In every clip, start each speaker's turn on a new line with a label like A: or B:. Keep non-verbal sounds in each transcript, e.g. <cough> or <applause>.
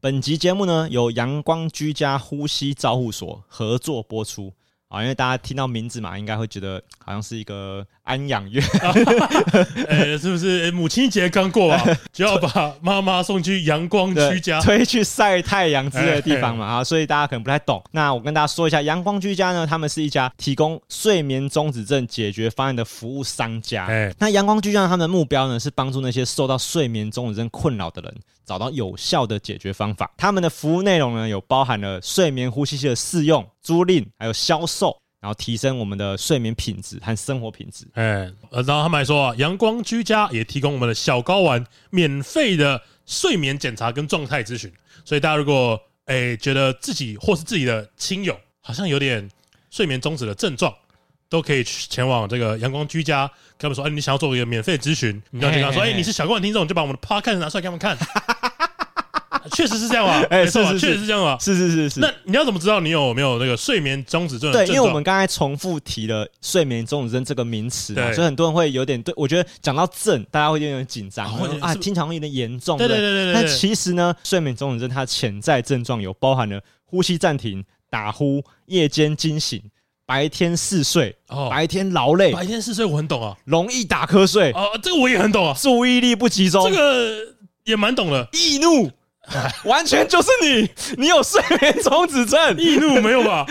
A: 本集节目呢由阳光居家呼吸照护所合作播出啊，因为大家听到名字嘛，应该会觉得好像是一个安养院，
B: 哎，是不是？哎母亲节刚
A: <laughs>
B: 过啊，就要把妈妈送去阳光
A: 对
B: <laughs> 居家。
A: 推去晒太阳之类的地
B: <laughs>
A: 方嘛啊，所以大家可能不太懂。那我跟大家说一下，阳光居家呢，他们是一家提供睡眠中止症解决方案的服务商家。
B: 哎，
A: 那阳光居家他们的目标呢，是帮助那些受到睡眠中止症困扰的人，找到有效的解决方法。他们的服务内容呢，有包含了睡眠呼吸器的试用、租赁，还有销售，然后提升我们的睡眠品质和生活品质。
B: 哎，呃然后他们还说啊，阳光居家也提供我们的小睾丸免费的睡眠检查跟状态咨询，所以大家如果哎觉得自己或是自己的亲友好像有点睡眠终止的症状，都可以去前往这个阳光居家，跟他们说，哎，你想要做一个免费咨询，你要去跟他说，
A: 嘿嘿
B: 哎，
A: 嘿
B: 你是小睾丸听众，你就把我们的 podcast 拿出来给他们看，确实是这样啊，
A: 哎
B: 没错啊，
A: 是是是
B: 确实是这样啊。
A: 是是是是。
B: 那你要怎么知道你有没有那个睡眠终止症的
A: 对，
B: 症状？
A: 因为我们刚才重复提了睡眠中止症这个名词嘛，
B: 对
A: 所以很多人会有点对我觉得讲到症，大家会有点紧张，
B: 啊
A: 会
B: 会
A: 说啊，
B: 是不是
A: 听起来会有点严重，
B: 对对
A: 不
B: 对对对
A: 但
B: 对，
A: 其实呢，睡眠中止症它的潜在症状有包含了呼吸暂停、打呼、夜间惊醒、白天嗜睡、
B: 哦，
A: 白天劳累、
B: 白天嗜睡我很懂啊，
A: 容易打瞌睡、
B: 哦，这个我也很懂啊，
A: 注意力不集中、
B: 这个也蛮懂的。
A: 易
B: <laughs>
A: 怒，完全就是你，你有睡眠中止
B: <laughs>
A: 症。
B: 易怒没
A: <laughs>
B: 有吧？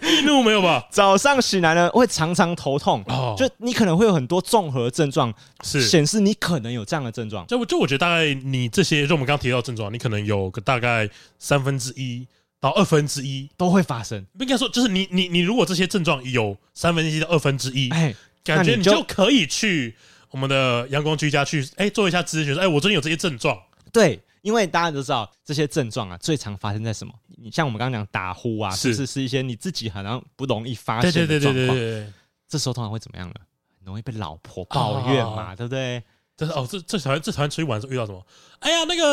B: 易怒没有吧？
A: 早上醒来呢，会常常头痛，
B: 哦，
A: 就你可能会有很多综合症状，
B: 是。
A: 显示你可能有这样的症状。
B: 就就我觉得大概你这些，就我们刚刚提到的症状，你可能有个大概三分之一到二分之一，
A: 都会发生，
B: 应该说就是你你你如果这些症状有三分之一到二分之一，
A: 哎，
B: 感觉
A: 那你
B: 你
A: 就
B: 就可以去我们的阳光居家去哎做一下咨询，说哎我最近有这些症状，
A: 对，因为大家都知道这些症状啊，最常发生在什么？你像我们刚刚讲打呼啊，
B: 是
A: 是不是是一些你自己好像不容易发
B: 对
A: 现
B: 对
A: 的
B: 对对
A: 状
B: 对对
A: 况？
B: 对，
A: 这时候通常会怎么样呢？很容易被老婆抱怨嘛，对不对？
B: 这是哦这这团这团出去玩的时候遇到什么？哎呀那个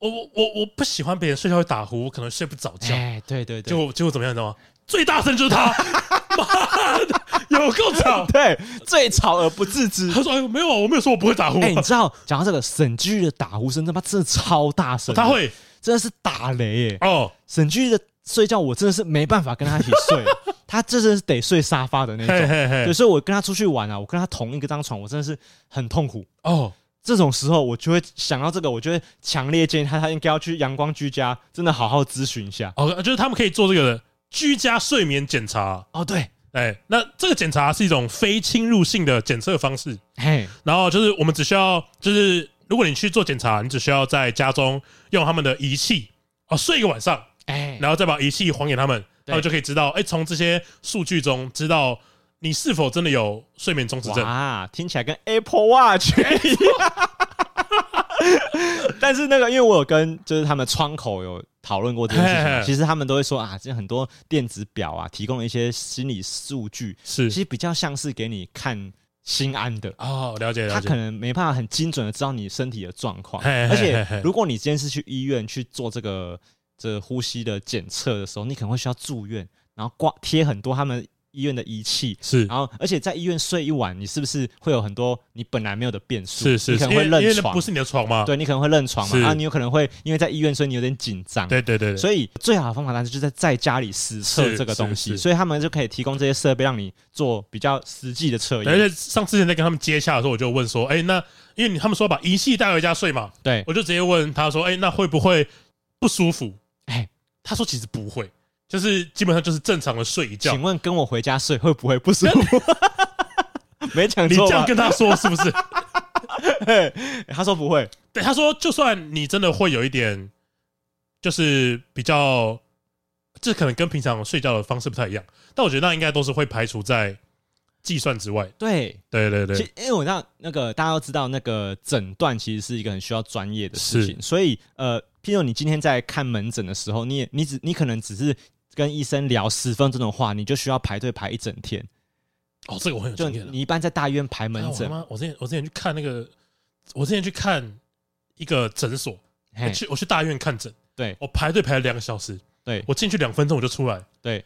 B: 我我我我不喜欢别人睡觉会打呼，我可能睡不着觉，
A: 哎，对对
B: 结
A: 对，
B: 果结果怎么样，你知道吗？最大声就是他， <laughs> 妈的，有够吵！
A: 对，最吵而不自
B: <laughs>
A: 知。
B: 他说：“哎，没有啊，我没有说我不会打呼啊。
A: 哎，你知道讲到这个沈剧的打呼声，他妈真的超大声的，
B: 哦他会
A: 真的是打雷耶！
B: 哦，
A: 沈剧的睡觉，我真的是没办法跟他一起
B: <laughs>
A: 睡，他真的是得睡沙发的那
B: 嘿
A: 种。
B: 嘿
A: 对，
B: 嘿，
A: 所以我跟他出去玩啊，我跟他同一个张床，我真的是很痛苦。
B: 哦，
A: 这种时候，我就会想到这个，我就会强烈建议他，他应该要去阳光居家，真的好好咨询一下。
B: 哦，就是他们可以做这个居家睡眠检查。
A: 哦，对，
B: 哎，那这个检查是一种非侵入性的检测方式，
A: 嘿，
B: 然后就是我们只需要，就是如果你去做检查，你只需要在家中用他们的仪器哦睡一个晚上，
A: 哎，
B: 然后再把仪器还给他们，
A: 对
B: 他们就可以知道，哎，从这些数据中知道你是否真的有睡眠中止症。”
A: 哇，听起来跟 Apple Watch 一样。 <laughs> 但是那个，因为我有跟就是他们窗口有讨论过这件事
B: 嘿
A: 情，
B: 嘿
A: 其实他们都会说啊，这很多电子表啊，提供了一些心理数据，
B: 是
A: 其实比较像是给你看心安的。
B: 哦，了解
A: 他
B: 了解
A: 可，能没办法很精准的知道你身体的状况，
B: 嘿嘿
A: 而
B: 嘿嘿
A: 且如果你今天是去医院去做这个这呼吸的检测的时候，你可能会需要住院，然后挂贴很多他们医院的仪器。
B: 是
A: 然后，而且在医院睡一晚，你是不是会有很多你本来没有的变数？
B: 是是，
A: 你
B: 是
A: 可能
B: 因为
A: 会
B: 因
A: 认
B: 为那
A: 床，
B: 不是你的床吗？
A: 对你可能会认床嘛，
B: 是
A: 啊，你有可能会因为在医院，所以你有点紧张，
B: 对对对对，
A: 所以最好的方法当然就是在在家里实测
B: 是
A: 这个东
B: 是
A: 西，
B: 是
A: 所以他们就可以提供这些设备让你做比较实际的测
B: 而
A: 验。
B: 且上之前在跟他们接洽的时候，我就问说，哎，那因为你他们说把仪器带回家睡嘛，
A: 对，
B: 我就直接问他说，哎，那会不会不舒服？
A: 哎，
B: 他说其实不会，就是基本上就是正常的睡一觉
A: 请。问跟我回家睡会不会不舒 <laughs> 服？没讲
B: 你
A: 错
B: 这样
A: 吧？
B: 跟他说是不是？
A: 他说不会，
B: 对，他说就算你真的会有一点，就是比较，这可能跟平常睡觉的方式不太一样，但我觉得那应该都是会排除在计算之外。
A: 对，
B: 对对
A: 其
B: 对，
A: 实因为我知道那个大家都知道，那个诊断其实是一个很需要专业的事情，所以呃，譬如你今天在看门诊的时候，你也你只你可能只是。跟医生聊十分钟的话，你就需要排队排一整天。
B: 哦，这个我很有
A: 就
B: 经验啊。
A: 你一般在大医院排门
B: 哎我他
A: 诊，
B: 妈，我之前我之前去看那个，我之前去看一个诊所，我
A: 嘿，
B: 去我去大医院看诊，
A: 对
B: 我排队排了两个小时，
A: 对
B: 我进去两分钟我就出来，
A: 对，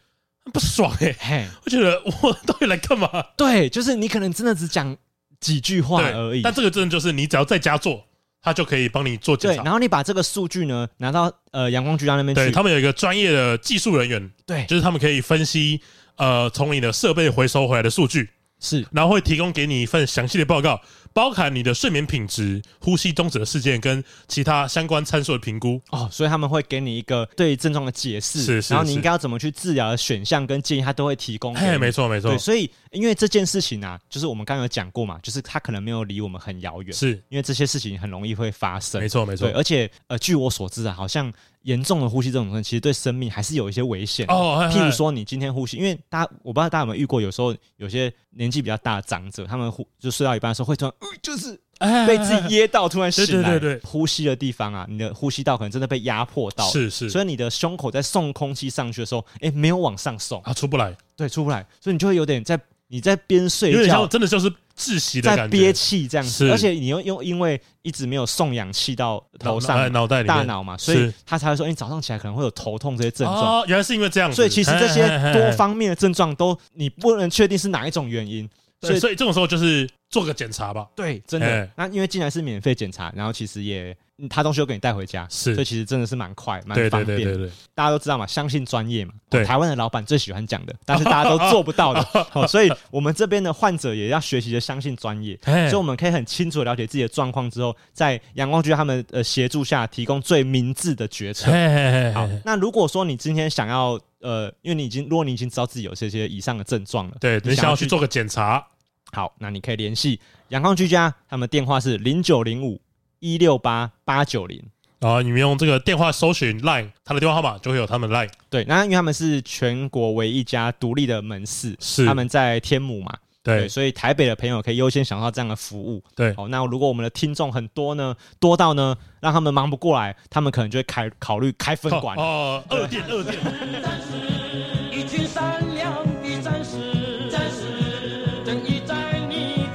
B: 不爽哎、
A: 嘿，
B: <laughs> 我觉得我到底来干
A: 哎
B: 嘛？
A: 对，就是你可能真的只讲几句话而
B: 对，
A: 已。
B: 但这个真的就是你只要在家做，他就可以帮你做检
A: 对，
B: 查。
A: 然后你把这个数据呢拿到呃阳光居家那边
B: 对
A: 去，
B: 他们有一个专业的技术人员，
A: 对，
B: 就是他们可以分析呃从你的设备回收回来的数据，
A: 是
B: 然后会提供给你一份详细的报告，包含你的睡眠品质、呼吸终止的事件跟其他相关参数的评估。
A: 哦，所以他们会给你一个对于症状的解释，
B: 是是
A: 然后你
B: 是
A: 应该要怎么去治疗的选项跟建议，他都会提供给
B: 嘿，
A: 你
B: 没错没错
A: 对，，所以因为这件事情啊，就是我们刚刚有讲过嘛，就是它可能没有离我们很遥远，
B: 是
A: 因为这些事情很容易会发生
B: 没。错没错
A: 对，。而且呃，据我所知啊，好像严重的呼吸这种东西，其实对生命还是有一些危险。
B: 哦，嘿
A: 譬如
B: 嘿
A: 说，你今天呼吸，因为大家我不知道大家有没有遇过，有时候有些年纪比较大的长者，他们呼就睡到一半的时候会突然，呃、就是
B: 哎
A: 被自己噎到，突然醒来。
B: 对对对
A: 呼吸的地方啊，你的呼吸道可能真的被压迫到了，
B: 是是，
A: 所以你的胸口在送空气上去的时候，哎，没有往上送，
B: 啊出不来，
A: 对，出不来，所以你就会有点在你在边
B: 有
A: 睡
B: 点
A: 觉
B: 像，真的就是窒息的
A: 在
B: 感
A: 憋
B: 觉，
A: 气这样子，
B: 是
A: 而且你又又因为一直没有送氧气到
B: 脑
A: 头
B: 哎
A: 上、
B: 脑袋里面
A: 大脑嘛，所以
B: 是
A: 他才会说哎你早上起来可能会有头痛这些症状。
B: 哦，原来是因为这样子，
A: 所以其实这些
B: 嘿嘿嘿
A: 多方面的症状都你不能确定是哪一种原因，
B: 对
A: 所以
B: 所以这种时候就是做个检查吧，
A: 对，真的
B: 哎。
A: 那因为进来是免费检查，然后其实也嗯他东西又给你带回家，
B: 是
A: 所以其实真的是蛮快蛮
B: 对
A: 方
B: 对
A: 便
B: 对
A: 的
B: 对对，
A: 大家都知道嘛，相信专业嘛，
B: 对
A: 哦台湾的老板最喜欢讲的，但是大家都做不到
B: <laughs>
A: 的，哦、所以我们这边的患者也要学习的相信专业，
B: 嘿
A: 所以我们可以很清楚的了解自己的状况之后，在阳光局他们呃协助下，提供最明智的决策。
B: <laughs> 嘿嘿嘿
A: 好
B: 嘿，
A: 那如果说你今天想要呃，因为你已经如果你已经知道自己有这些以上的症状了，
B: 对，你想要
A: 要
B: 去做个检查，
A: 好，那你可以联系阳光居家，他们电话是零九零五一六八八九零。
B: 然哦后你们用这个电话搜寻 Line，他的电话号码就会有他们 Line，
A: 对，那因为他们是全国唯一一家独立的门市，
B: 是
A: 他们在天母嘛，对，
B: 对
A: 所以台北的朋友可以优先享受到这样的服务。
B: 对
A: 好、那如果我们的听众很多呢，多到呢让他们忙不过来，他们可能就会开考虑开分馆。
B: 哦，二店二店，
C: 战士，一群善良的战士，战士正义在你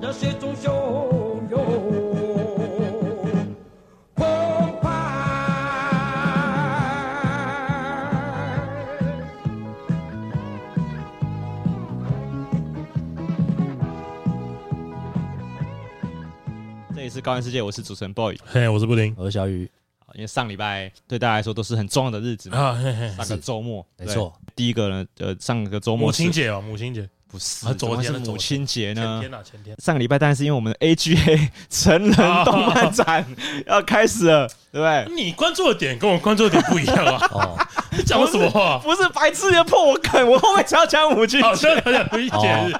C: 的热血中汹涌澎湃。
A: 这里是高玩世界，我是主持人 boy。
B: 嘿，我是布丁
D: 我是小雨，
A: 好因为上礼拜对大家来说都是很重要的日子嘛，
B: 啊，嘿嘿，
A: 上个周末，
D: 没
A: 对。
D: 错，
A: 第一个呢，呃，上个周末
B: 母
A: 是
B: 亲节哦，母亲节，
A: 不是
B: 啊
A: 怎么
B: 昨
A: 会
B: 天
A: 是
B: 啊昨
A: 母亲节
B: 前
A: 呢？
B: 天啊，前天，
A: 上个礼拜，但是因为我们的 AGA <laughs> 成人动漫展要开始了，对不对？
B: 你关注的点跟我关注的点不一 <laughs> 样啊，
D: 哦，
B: 你讲什么话？
A: 不是白痴，你破我梗，我后面才要讲母亲
B: 好像有点不理解，
D: 哦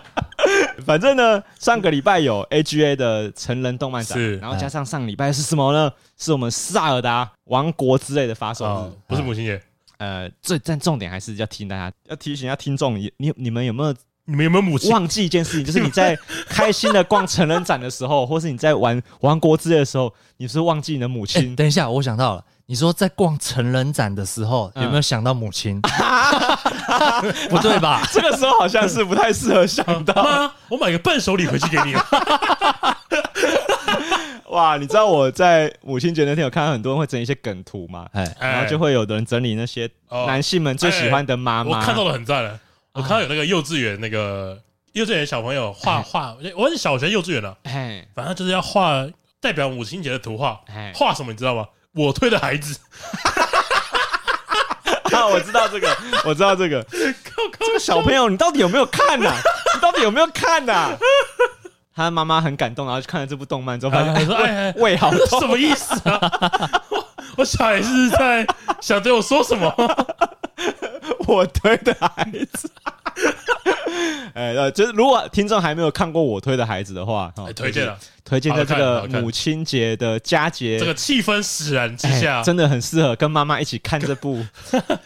A: 反正呢，上个礼拜有 AGA 的成人动漫展，
B: 是
A: 然后加上上礼拜是什么呢？是我们萨尔达王国之类的发售日。
B: 哦，不是母亲节，
A: 呃，最但重点还是要提醒大家，要提醒一下听众，你你你们有没有
B: 你们有没有母亲？
A: 忘记一件事情？就是你在开心的逛成人展的时候，或 <laughs> 是你在玩王国之类的时候，你是不是忘记你的母亲
D: 哎，？等一下，我想到了，你说在逛成人展的时候，有没有想到母亲？ <laughs> 不对吧？
A: <laughs> 这个时候好像是不太适合
B: 嗯
A: 想到。 <laughs>
B: 妈，啊我买个伴手礼回去给 <laughs> 你。
A: 哇，你知道我在母亲节那天有看到很多人会整理一些梗图嘛，
D: 哎，
A: 然后就会有的人整理那些
B: 哦哎
A: 男性们最喜欢的妈妈。哦
B: 我看到了很赞了，我看到有那个幼稚园那个幼稚园小朋
A: <laughs>
B: 友画画，我是小学幼稚园了，
A: 哎
B: 反正就是要画代表母亲节的图画， <laughs>
A: 哎，
B: 画什么你知道吗？我推的孩子，
A: <laughs> 啊，我知道这个，我知道这个。
B: 靠靠
A: 这个小朋友，你到底有没有看呐、 <laughs> 你到底有没有看呐、他妈妈很感动，然后去看了这部动漫之后，发现
B: 哎
A: 哎
B: 说哎哎
A: 胃好痛。
B: 什么意思啊？
A: <laughs>
B: 我我小孩是在想对我说什么？
A: 我推的孩子。 <laughs> 哎，呃，就是如果听众还没有看过我推的孩子的话，哦
B: 哎推荐了，
A: 推荐在这
B: 好
A: 个
B: 看好看
A: 母亲节的佳节，
B: 这个气氛使然之
A: 哎
B: 下，啊
A: 真的很适合跟妈妈一起看这
B: <laughs>
A: 部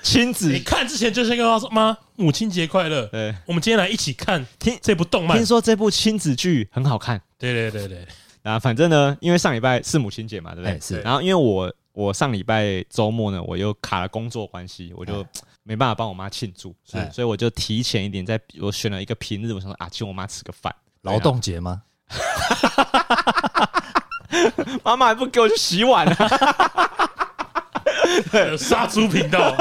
A: 亲子
B: 你。看之前就先跟他说妈，母亲节快乐。
A: 对，
B: 我们今天来一起看
A: 听
B: 这部动漫
A: 听。说这部亲子剧很好看
B: 对对对对，
A: 啊，反正呢，因为上礼拜是母亲节嘛，对不对
D: 哎？是
A: 然后因为我我上礼拜周末呢，我又卡了工作关系，我就。没办法帮我妈庆祝，
D: 哎是
A: 所以我就提前一点在，我选了一个平日，我想说啊，请我妈吃个饭。
D: 劳动节吗？
A: 啊妈妈还不给我去洗碗啊！ <laughs>
B: 有杀猪频
A: <laughs>
B: 道，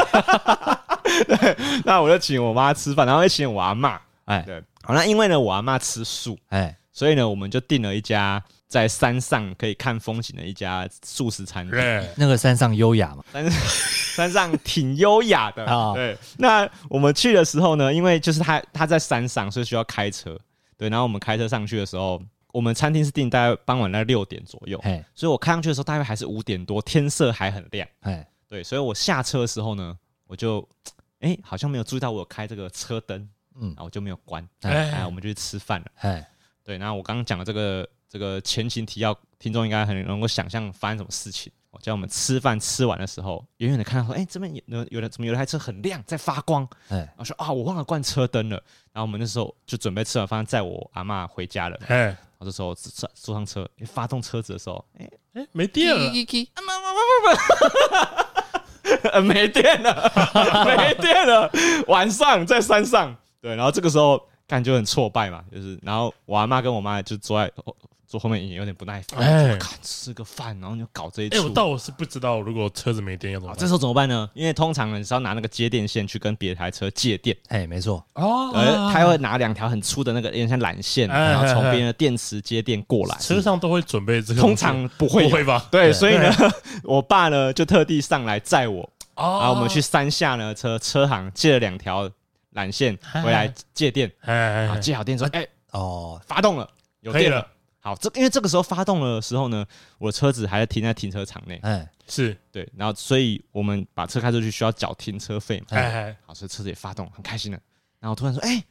A: 那我就请我妈吃饭，然后又请我阿妈。
D: 哎
A: 对，好，那因为呢，我阿妈吃素，
D: 哎，
A: 所以呢，我们就订了一家在山上可以看风景的一家素食餐厅。
B: 对，
D: 那个山上优雅嘛，
A: 山 <laughs> 山上挺优雅的
D: 啊
A: 对，那我们去的时候呢，因为就是他他在山上，所以需要开车。对，然后我们开车上去的时候，我们餐厅是定大概傍晚在六点左右，
D: 嘿，
A: 所以我开上去的时候大概还是五点多，天色还很亮。
D: 嘿，
A: 对，所以我下车的时候呢，我就哎、诶好像没有注意到我有开这个车灯，
D: 嗯
A: 然后我就没有关，
B: 哎
A: 哎，我们就去吃饭了。
D: 嘿，
A: 对，那我刚刚讲的这个这个前情提要，听众应该很能够想象发生什么事情。我叫我们吃饭吃完的时候，远远的看到说，哎、这边有有有的怎么有一台车很亮，在发光。
D: 嘿，
A: 然后说啊，我忘了关车灯了。然后我们那时候就准备吃完饭，载我阿嬷回家了。
B: 哎
A: 然后这时候坐坐上车，诶发动车子的时候，哎、
B: 哎，没电了，
A: 呃，没电了，没电了，晚上在山上。对，然后这个时候感觉很挫败嘛，就是，然后我阿妈跟我妈就坐在哦坐后面也有点不耐烦，
B: 哎
A: 哎，吃个饭，然后你就搞这一出。
B: 哎，我倒是不知道，如果车子没电要怎么
A: 啊
B: 办？
A: 这时候怎么办呢？因为通常呢，你是要拿那个接电线去跟别台车借电，
D: 嘿，哎没错，
B: 哦
A: 呃，他会拿两条很粗的那个有点像缆线，
B: 哎
A: 然后从
B: 哎哎
A: 别人的电池接电过来。
B: 车上都会准备这个东
A: 通
B: 西，
A: 常不会
B: 不
A: 有，
B: 会吧？
A: 对，所以呢， <laughs> 我爸呢就特地上来载我，然
B: 啊
A: 后我们去，山下呢车车行借了两条缆线回来借电，
B: 哎
A: 啊
B: 哎，
A: 借好电之后，哎
D: 哦，
A: 发动了，有
B: 可以
A: 电了。
B: 了，
A: 好，这因为这个时候发动了的时候呢，我的车子还在停在停车场内，
D: 哎，
B: 是，
A: 对，然后所以我们把车开出去需要缴停车费嘛，
B: 哎哎，
A: 好，所以车子也发动，很开心的。然后突然说，哎，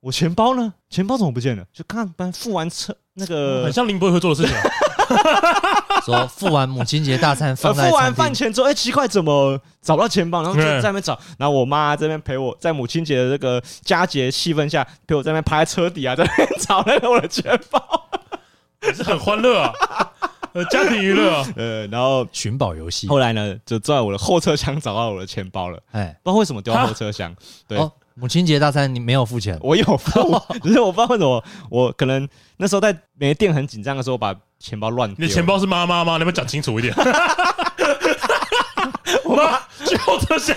A: 我钱包呢？钱包怎么不见了？就刚刚班付完车那个
B: 哎很。像林博会做的事
A: <laughs>
B: 情啊，
D: 说付完母亲节大餐
A: 呃，
D: 放在
A: 付完
D: 餐
A: 饭
D: 厅，
A: 钱之后，哎、奇怪，怎么找不到钱包？然后就
B: 对
A: 在那边找，然后我妈这边陪我，在母亲节的这个佳节气氛下，陪我在那边趴在车底啊，在那边 <laughs> 找那个我的钱包。
B: 也是很欢乐啊，呃，家庭
A: <laughs>
B: 娱乐啊，
A: <laughs> 呃，然后
D: 寻宝游戏，
A: 后来呢，就坐在我的后车厢找到我的钱包了，
D: 哎，
A: 不知道为什么丢到后车厢。对，
D: 哦，母亲节大餐你没有付钱，
A: <laughs> 我有
B: <laughs>
A: 付， <laughs> 只是我不知道为什么，我可能那时候在没电很紧张的时候，把钱包乱丢。
B: 你的钱包是妈妈吗？你们讲清楚一点。我妈去后车厢，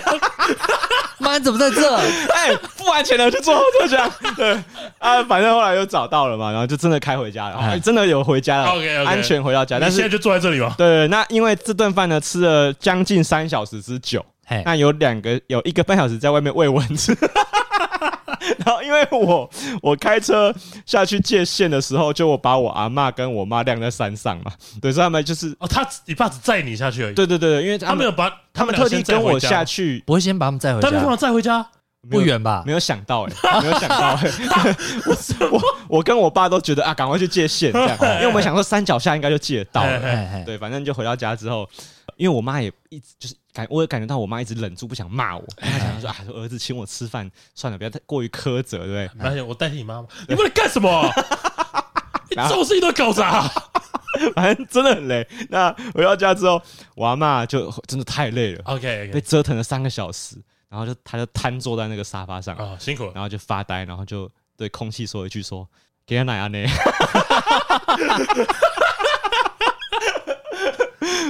D: 妈你怎么在这？
A: <laughs> 哎，付完钱了就坐后车厢。 <laughs> 对啊，反正后来又找到了嘛，然后就真的开回家了，
D: 哎
A: 哎真的有回家了
B: OK，OK
A: 安全回到家。但
B: 你现
A: 是
B: 在就坐在这里吧。
A: 对对，那因为这顿饭呢吃了将近三小时之久，
D: 嘿，
A: 那有两个有一个半小时在外面喂蚊子。 <laughs> 然后因为我我开车下去界限的时候，就我把我阿嬷跟我妈晾在山上嘛，对，所以他们就是
B: 哦，他你爸只载你下去而已。
A: 对对对，对因为
B: 他
A: 他
B: 没
A: 们
B: 有把
A: 他们
B: 们
A: 特地跟我下
B: 去，
A: 去，
D: 不会先把他们载回
B: 他们为什么
D: 家
B: 要，载回家？
D: 不远吧
A: 没？有想到哎、欸，没有想到 <laughs> 哎、欸，我我我跟我爸都觉得啊，赶快去借线这样， <laughs> 因为我们想说山脚下应该就借得到
B: 哎
A: 了。
D: 哎哎，
A: 对，反正就回到家之后，因为我妈也一直就是感，我也感觉到我妈一直忍住不想骂我，她想说啊，说儿子请我吃饭，算了，不要太过于苛责，对不对？ <laughs>
B: 没关系，我代替你妈妈。你们在干什么啊？你
A: 然后
B: 这种事情都搞砸。啊
A: 反正真的很累。那回到家之后，我阿妈就真的太累了，
B: OK
A: 被
B: OK，
A: 折腾了三个小时，然后就她就瘫坐在那个沙发上，
B: 啊，辛苦了。
A: 然后就发呆，然后就对空气说一句说：“给他奶啊呢。” <laughs>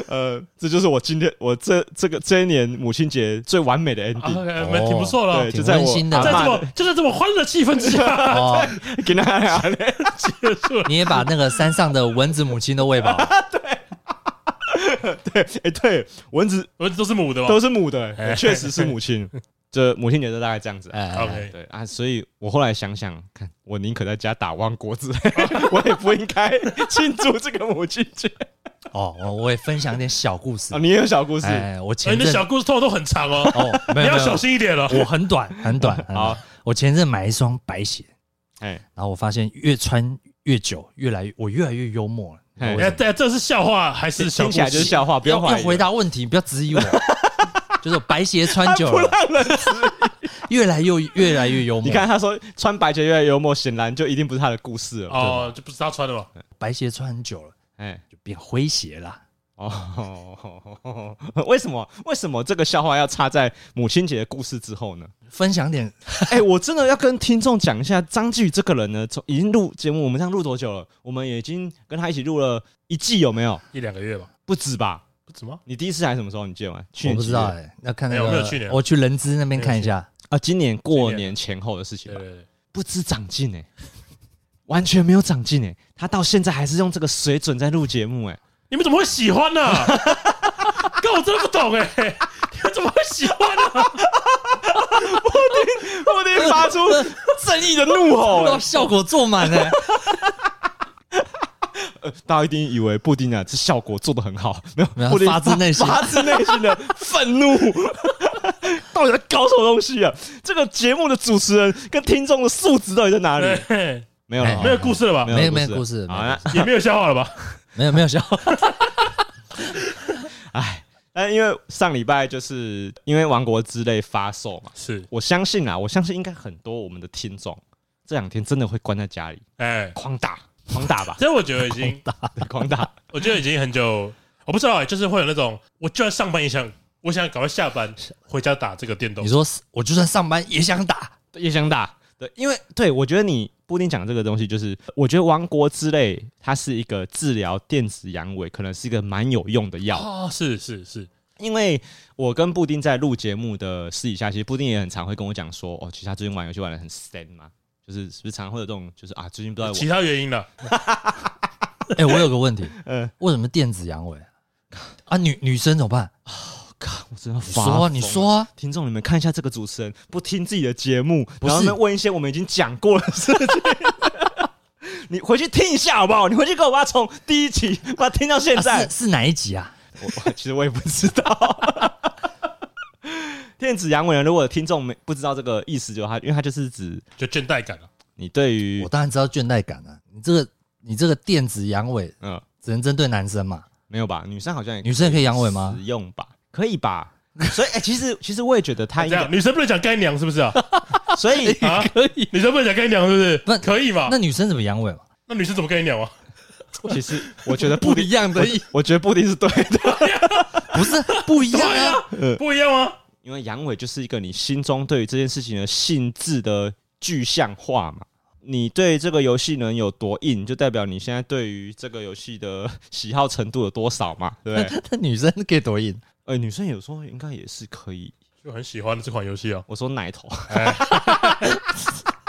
A: 呃，这就是我今天我这这个这一年母亲节最完美的 ending，、
B: OK，
D: 哦
B: 蛮啊挺不错了
A: 对，。
D: 挺
A: 就在我
D: 温馨的
A: 阿
B: 在这
A: 嬷
B: 么
A: 的
B: 就在这么欢乐气氛之
D: <laughs>
B: 下
D: 哦，
A: <laughs> 给他奶啊呢。
B: 结束了。
D: 你也把那个山上的蚊子母亲都喂饱了，
A: 对，哎、对，蚊子
B: 我都是
D: 哦
B: 母的吧
A: 都是母的、
B: 哎
A: 确实是母亲。这母亲节就大概这样子。
D: 哎哎，哎
B: ？OK，
A: 对啊，所以我后来想想，看我宁可在家打汪国子， <laughs> 我也不应
D: <laughs>
A: 该庆祝这个母亲节
D: 哦，我我也分享点小故事
A: 啊。，你也有小故事，
D: 哎，我
B: 哎，
D: 前
B: 你的
D: 阵
B: 小故事通常都很长哦，
D: 哦，
B: 你
D: 没有
B: 要
D: 没有
B: 小，心一点哦了。
D: 我
A: <laughs>
D: 很短很短，很
A: 啊好
D: 短。我前阵买一双白鞋，
A: 哎、
D: 然后我发现越穿越久，越来越我越来越幽默了。
A: 哎
B: 哎，对，这是笑话还是小
A: 听
B: 故
A: 起来
B: 事？
A: 就是笑话，不
D: 要
A: 怀
D: 要
A: 疑。
D: 回答问题，不要质
A: <laughs>
D: 疑我。就是白鞋穿
A: 他
D: 久
A: 不
D: 了，
A: 让人。
D: 越来越越来越幽默。
A: 你看他说穿白鞋越来越幽默，显然就一定不是他的故事了。
B: 哦，就不是他穿的吧？
D: 白鞋穿很久了，
A: 哎，
D: 就变灰鞋啦。
A: 哦， <laughs> 为什么为什么这个笑话要插在母亲节的故事之后呢？
D: 分享点
A: 哎、我真的要跟听众讲一下，张继宇这个人呢，从已经录节目，我们这样录多久了？我们也已经跟他一起录了一季，有没有？
B: 一两个月吧，
A: 不止吧？
B: 不止吗？
A: 你第一次来什么时候？你记得吗？去
D: 我
A: 年
D: 不知道
A: 几月
D: 哎、那看那
B: 哎
D: 个，
B: 我没有去年
D: 我去人资那边看一下。
A: 啊，今年过
B: 今年
A: 年前后的事情
B: 对
A: 吧
B: 对对，
A: 不知长进哎、完全没有长进哎，他到现在还是用这个水准在录节目哎，
B: 你们怎么会喜欢呢、哥，我真的不懂哎、你们怎么会喜欢呢、
A: 我得发出正义的怒吼哎
D: <laughs> 哇，哦效果做
A: <laughs>
D: 满呢、
A: 呃大家一定以为布丁啊，这效果做的很好， <laughs> 没
D: 没
A: 有，
D: 有
A: 布丁
D: 发自内
A: <laughs>
D: 心
A: 发自内心的愤怒， <laughs> 到底在搞什么东西啊？这个节目的主持人跟听众的素质到底在哪里？
B: 对
A: 没有了
D: 哎
A: 啊，
B: 没有故事了吧？
D: 没有
A: 没
D: 没有故事
A: 好
D: 没有
A: 啊，
B: 也没有笑话了吧？
D: 没有没有效，
A: 哎，那因为上礼拜就是因为《王国之泪》发售嘛，
B: 是，
A: 我相信啊，我相信应该很多我们的听众这两天真的会关在家里
B: 哎，，
A: 狂打狂打吧
B: 这我觉得已经，
A: 狂打。
B: 我觉得已经很久，我不知道哎、就是会有那种，我就算上班也想，我想赶快下班回家打这个电动
D: 你。说我就算上班也想打，
A: 也想打。对，因为对我觉得你布丁讲这个东西，就是我觉得《王国之泪》它是一个治疗电子阳痿，可能是一个蛮有用的药。
B: 哦，是是是，
A: 因为我跟布丁在录节目的私底下，其实布丁也很常会跟我讲说，哦，其实他最近玩游戏玩的很 stand 嘛，就是是不是常会有这种，就是啊，最近不知道
B: 其
A: 我
B: 他原因了。
D: 哎、我有个问题，
A: <laughs> 嗯
D: 为什么电子阳痿啊？啊，女女生怎么办？
A: 靠，我真的
D: 你
A: 发
D: 说啊，你
A: 啊。
D: 说啊，
A: 听众，你们看一下这个主持人不听自己的节目，
D: 不
A: 然后
D: 是
A: 呢问一些我们已经讲过的事情。 <laughs> 你回去听一下好不好？你回去给我把它从第一集把它听到现
D: 啊
A: 在
D: 是。是哪一集啊？
A: 我我 <laughs> 其实我也不知道。 <laughs> 电子阳痿呢，如果听众没不知道这个意思，就它，因为它就是指
B: 就倦怠感了、啊
A: 你对于
D: 我当然知道倦怠感啊，你这个你这个电子阳痿
A: 嗯、
D: 只能针对男生嘛，
A: 没有吧，女生好像也
D: 女生也可啊以阳痿吗
A: 使？用吧，可以吧？ <laughs> 所以哎、其实其实我也觉得他
B: 这
A: 应
B: 样
A: 该，
B: 女生不能讲该娘是不是啊？
A: 所以啊
B: 啊，
D: 可以。
B: 女生不能讲该娘是不
A: <laughs>
B: 是？
D: 那
B: 可以嘛？
D: 那女生怎么阳痿嘛？
B: 那女生怎么该娘啊？
A: 其实我觉得布丁，
D: 样
A: 我我觉得布丁是对的，
D: 不是不一样
A: <laughs>
D: 啊。
B: 不一样吗？
A: 因为阳痿就是一个你心中对于这件事情的性质的具象化嘛。你对这个游戏能有多硬，就代表你现在对于这个游戏的喜好程度有多少嘛，对不对？
D: 那女生可以多硬？
A: 呃，女生有时候应该也是可以。
B: 就很喜欢这款游戏啊。
A: 我说奶
B: <laughs>
A: 头，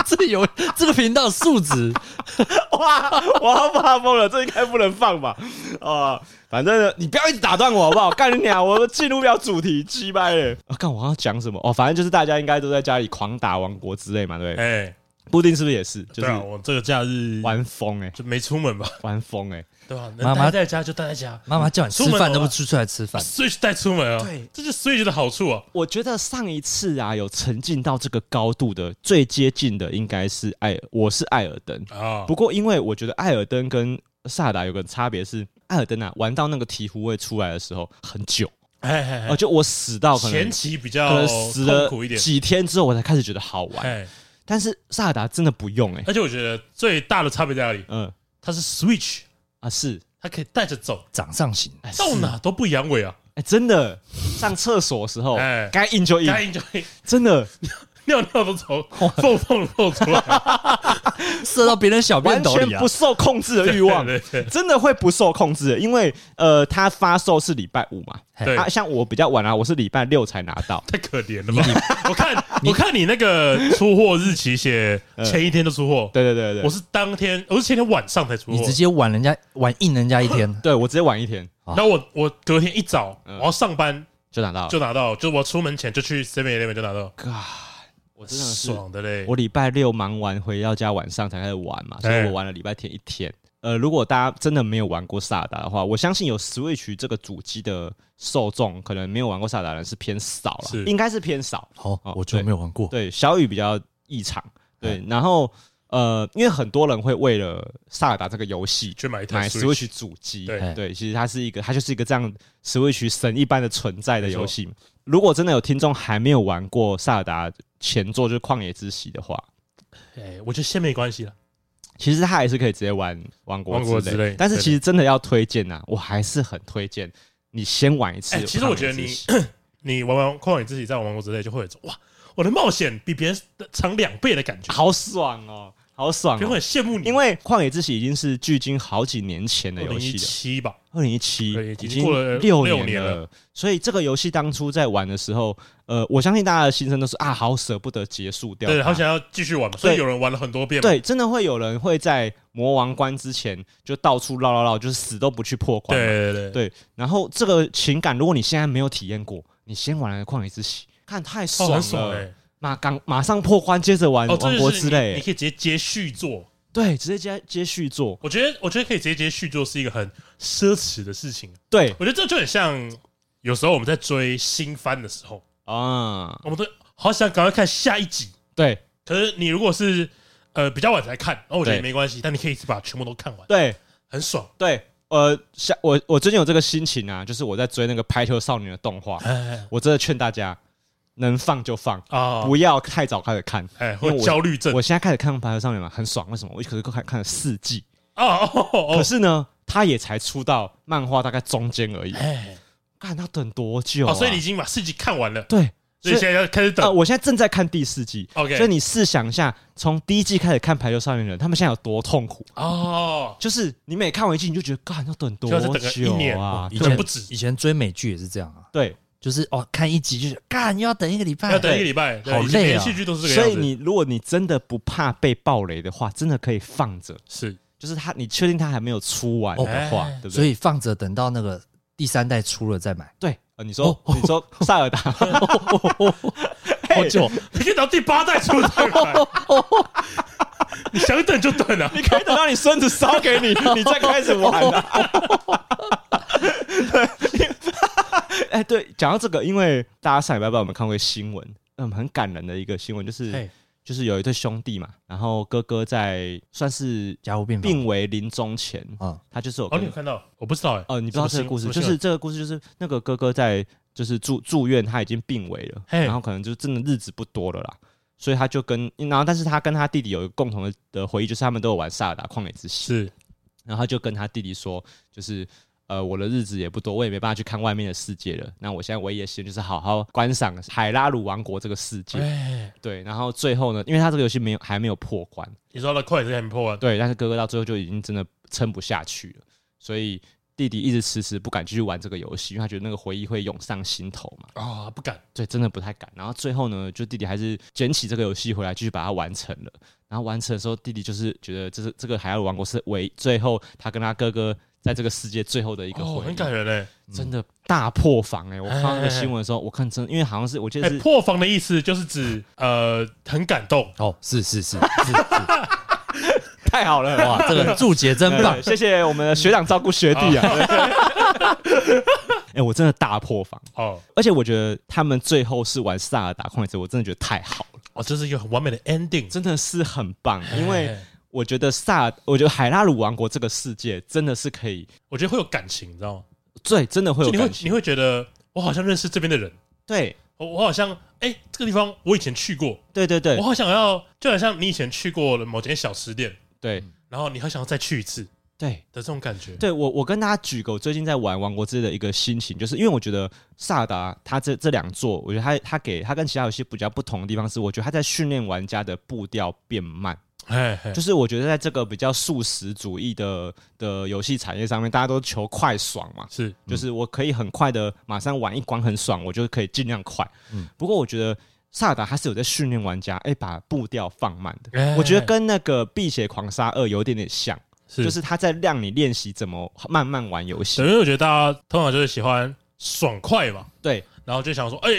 D: 这有这个频道素质，
A: 哇，我要发疯了，这应该不能放吧？啊、反正呢你不要一直打断我好不好？干你娘，我进入不了主题，鸡掰耶！啊，干我要讲什么？哦，反正就是大家应该都在家里狂打王国之类嘛，对不对？
B: 哎，
A: 布丁是不是也是？就
B: 对
A: 是
B: 啊，我这个假日
A: 玩疯哎、
B: 就没出门吧？
A: 玩疯哎、
B: 对吧？
D: 妈
B: 能
D: 妈
B: 待在家就待在家，
D: 妈妈叫你吃
B: 出门
D: 饭
B: 的
D: 都不
B: 话
D: 出出来吃饭，
B: 所以带出门啊。
A: 对，
B: 这就是所以的好处啊。
A: 我觉得上一次啊，有沉浸到这个高度的最接近的应该是艾尔，我是艾尔登。
B: 啊，
A: 不过，因为我觉得艾尔登跟萨达有个差别是，艾尔登啊玩到那个醍醐味出来的时候很久，
B: 哎
A: 哦，
B: 哎哎，
A: 就我死到可能
B: 前期比
A: 可
B: 较
A: 能死了
B: 痛苦一点。
A: 几天之后，我才开始觉得好玩。
B: 哎，
A: 但是萨达真的不用哎，
B: 而且我觉得最大的差别在哪里？
A: 嗯
B: 它是 Switch，
A: 啊是，
B: 它可以带着走，
D: 掌上型。
A: 哎
B: 到
A: 是
B: 哪都不阳痿啊。
A: 哎真的上厕所的时候
B: 哎
A: 该硬就硬
B: 该，硬就硬，
A: 真的
B: <laughs> 尿尿都从缝缝漏出来，
D: 射到别人小便
A: 完
D: 斗
A: 全
D: 里啊
A: 不！受控制 <laughs> 的欲望。
B: 对对对
A: 真的会不受控制的，因为呃，它发售是礼拜五嘛，
B: 对
A: 啊，像我比较晚啊，我是礼拜六才拿到，
B: 太可怜了吧？ <laughs> 我看
A: <laughs>
B: 我看你那个出货日期写前一天就出货，
A: 嗯对对对对，
B: 我
A: 是，
B: 是当天，我是前天晚上才出
D: 你
B: 货
D: 直。接晚人家晚硬人家一天
A: 对我直接晚一天
D: 啊
B: 然后我我隔天一早，
A: 嗯啊
B: 我要上班
A: 就拿到了，
B: 就拿到，就我出门前就去 Seven Eleven 就拿到，
A: 我真的是
B: 爽的嘞！
A: 啊我礼拜六忙完回到家，晚上才开始玩嘛，所以
B: 哎
A: 我玩了礼拜天一天。呃，如果大家真的没有玩过萨达的话，我相信有 Switch 这个主机的受众，可能没有玩过萨达的人是偏少了
B: 是，
A: 应该是偏少。
D: 好
A: 哦，
D: 我就没有玩过。
A: 对，小雨比较异常。
B: 哎
A: 对，然后呃，因为很多人会为了萨达这个游戏
B: 去买一台
A: 买
B: 哎 Switch，
A: Switch 主机，
B: 对
D: 哎
A: 对，其实它是一个，它就是一个这样 Switch 神一般的存在的游戏。如果真的有听众还没有玩过萨尔达前作，就是《旷野之息》的话，
B: 哎，我觉得先没关系了，
A: 其实他还是可以直接玩《王国
B: 王国
A: 之
B: 之
A: 泪》
B: 泪
A: 但是
B: 对
A: 其实真的要推荐呐、我还是很推荐你先玩一次
B: 哎
A: 旷野之息。
B: 其实我觉得你 <laughs> 你玩完旷野之息再玩王国之类，就会有一种哇，我的冒险比别人的长两倍的感觉，
A: 好爽哦！好爽、
B: 就会
A: 哦！
B: 很羡慕你，
A: 因为《旷野之息》已经是距今好几年前的
B: 二
A: 游
B: 零
A: 戏
B: 一
A: 了，
B: 七吧，
A: 二零一七
B: 对已经
A: 经
B: 过了
A: 六
B: 六
A: 年
B: 年
A: 了。所以这个游戏当初在玩的时候，呃，我相信大家的心声都是啊，好舍不得结束掉它，
B: 对，好想要继续玩嘛，所以有人玩了很多遍嘛，
A: 对，真的会有人会在魔王关之前就到处绕绕绕，就是死都不去破关嘛。
B: 对对对
A: 对然后这个情感，如果你现在没有体验过，你先玩了《旷野之息》，看太
B: 哦
A: 爽了，
B: 很爽哎！
A: 马刚马上破关，接着玩
B: 哦，
A: 《
B: 这
A: 王
B: 就
A: 国
B: 是
A: 之
B: 你
A: 泪
B: 你》可以直接接续作。
A: 对，直接接接续作，
B: 我觉得，我觉得可以直接接续作是一个很奢侈的事情。
A: 对
B: 我觉得这就很像，有时候我们在追新番的时候，
A: 啊，
B: 我们都好想赶快看下一集。
A: 对
B: 可是你如果是呃比较晚才看，那我觉
A: 对
B: 得也没关系，但你可以一次把全部都看完，
A: 对
B: 很爽。
A: 对，呃，像我我最近有这个心情啊，就是我在追那个《排球少女》的动画，
B: 哎
A: 我真的劝大家能放就放，
B: 啊，
A: 不要太早开始看。
B: 哎，
A: 因
B: 会
A: 为我
B: 焦虑症
A: 我现在开始看《排球少女》嘛，很爽，为什么？我一口就看看了四季，
B: 哦哦哦
A: 可
B: 哦，
A: 是呢，它也才出到漫画大概中间而已，
B: 哎，
A: 看它等多久啊？
B: 哦，所以你已经把四集看完了，
A: 对，
B: 所
A: 所
B: 以
A: 以
B: 现在要开始
A: 呃，
B: 等。哦
A: 我现在正在看第四季
B: OK
A: 所以你试想一下，从第一季开始看《排球少年人》，他们现在有多痛苦？
B: 哦，
A: 就是你每看完一季，你就觉得，干要等多
B: 就要再等个一
A: 久
B: 年
A: 啊
B: 哇？
D: 以
B: 可能
D: 前
B: 不止
D: 以前追美剧也是这样啊，
A: 对，
D: 就是哦，看一集就是干又要等一个礼
A: 哎
D: 拜，
B: 要等一个礼拜，对
D: 好
B: 以前
D: 累啊
B: 连续剧都是这个
A: 所
B: 样子。
A: 以你如果你真的不怕被暴雷的话，真的可以放着。
B: 是
A: 就是他，你确定他还没有出完的话，
B: 哦
A: 对不
D: 所
A: 对？
D: 以放着等到那个第三代出了再买，
A: 对，呃你说你说塞尔达，
D: 好
A: <laughs>
D: 久
B: 你可以到第八代出再来，你想等就等啊！
A: 你可以等到你孙子烧给你，你再开始玩啊。对， <laughs> 哎，对，讲到这个，因为大家上礼拜不知道有没有看过一个新闻，嗯，很感人的一个新闻，就是
B: 嘿
A: 就是有一对兄弟嘛，然后哥哥在算是
D: 家务病房
A: 病危临终前，
D: 啊，
A: 他就是有
B: 哦，你有
A: 跟
B: 看到？我不知道哎。
A: 呃，你不知道
B: 什
A: 这
B: 么
A: 个故事，
B: 新
A: 就
B: 什么
A: 是这个故事就是那个哥哥在就是住住院，他已经病危了，
B: 嘿
A: 然后可能就真的日子不多了啦。所以他就跟，然后但是他跟他弟弟有一个共同的的回忆，就是他们都有玩《萨尔达旷野之息》，
B: 是
A: 然后他就跟他弟弟说，就是呃，我的日子也不多，我也没办法去看外面的世界了。那我现在唯一的心就是好好观赏海拉鲁王国这个世界。
B: 哎，
A: 对，然后最后呢，因为他这个游戏没有还没有破关，
B: 你说到快也是还没破完，啊
A: 对，但是哥哥到最后就已经真的撑不下去了，所以弟弟一直迟迟不敢继续玩这个游戏，因为他觉得那个回忆会涌上心头嘛。
B: 啊，不敢。
A: 对，真的哦不太敢。然后最后呢，就弟弟还是捡起这个游戏回来，继续把它完成了。然后完成的时候，弟弟就是觉得这是这个《海洋王国》是唯最后他跟他哥哥在这个世界最后的一个
B: 哦，
A: 回忆，
B: 很感人哎。
A: 真的大破防哎、我看到那
B: 哎哎
A: 个
B: 哎
A: 新闻的时候，我看真，因为好像是我记得
B: 哎，
A: 是
B: 破防的意思就是指呃很
A: <laughs>
B: 感动，
D: 哦，是是是是是，
A: 太好了哇！
D: 哇，这个注解真棒
A: <laughs> 对，谢谢我们的学长照顾学弟
B: 哦
A: 啊。 <laughs> 哎、我真的大破防，
B: <laughs> 哦
A: 而且我觉得他们最后是玩萨尔达旷野之，我真的觉得太好了，
B: 哦，这是一个很完美的 ending。
A: 真的是很棒，因为
B: 哎
A: 我觉得萨，我觉得海拉鲁王国这个世界真的是可以，
B: 我觉得会有感情，你知道吗？
A: 对，真的会有
B: 就你会
A: 感情，
B: 你会觉得我好像认识这边的人，
A: 对，
B: 我我好像哎这个地方我以前去过，
A: 对对对
B: 我好想要，就好像你以前去过了某间小吃店，
A: 对
B: 然后你好想要再去一次的
A: 对
B: 这种感觉。
A: 对，我我跟大家举个我最近在玩《王国之泪》的一个心情，就是因为我觉得萨尔达他这这两座，我觉得他他给他跟其他游戏比较不同的地方是，我觉得他在训练玩家的步调变慢。
B: 哎，哎
A: 就是我觉得在这个比较素食主义的的游戏产业上面，大家都求快爽嘛，
B: 是
A: 就是我可以很快的马上玩一关很爽，我就可以尽量快。
D: 嗯
A: 不过我觉得萨尔达他是有在训练玩家，哎、把步调放慢的。
B: 哎
A: 我觉得跟那个《辟邪狂杀二》有一点点像，
B: 是
A: 就是他在让你练习怎么慢慢玩游戏。
B: 等于我觉得大家通常就是喜欢爽快嘛，
A: 对
B: 然后就想说，哎，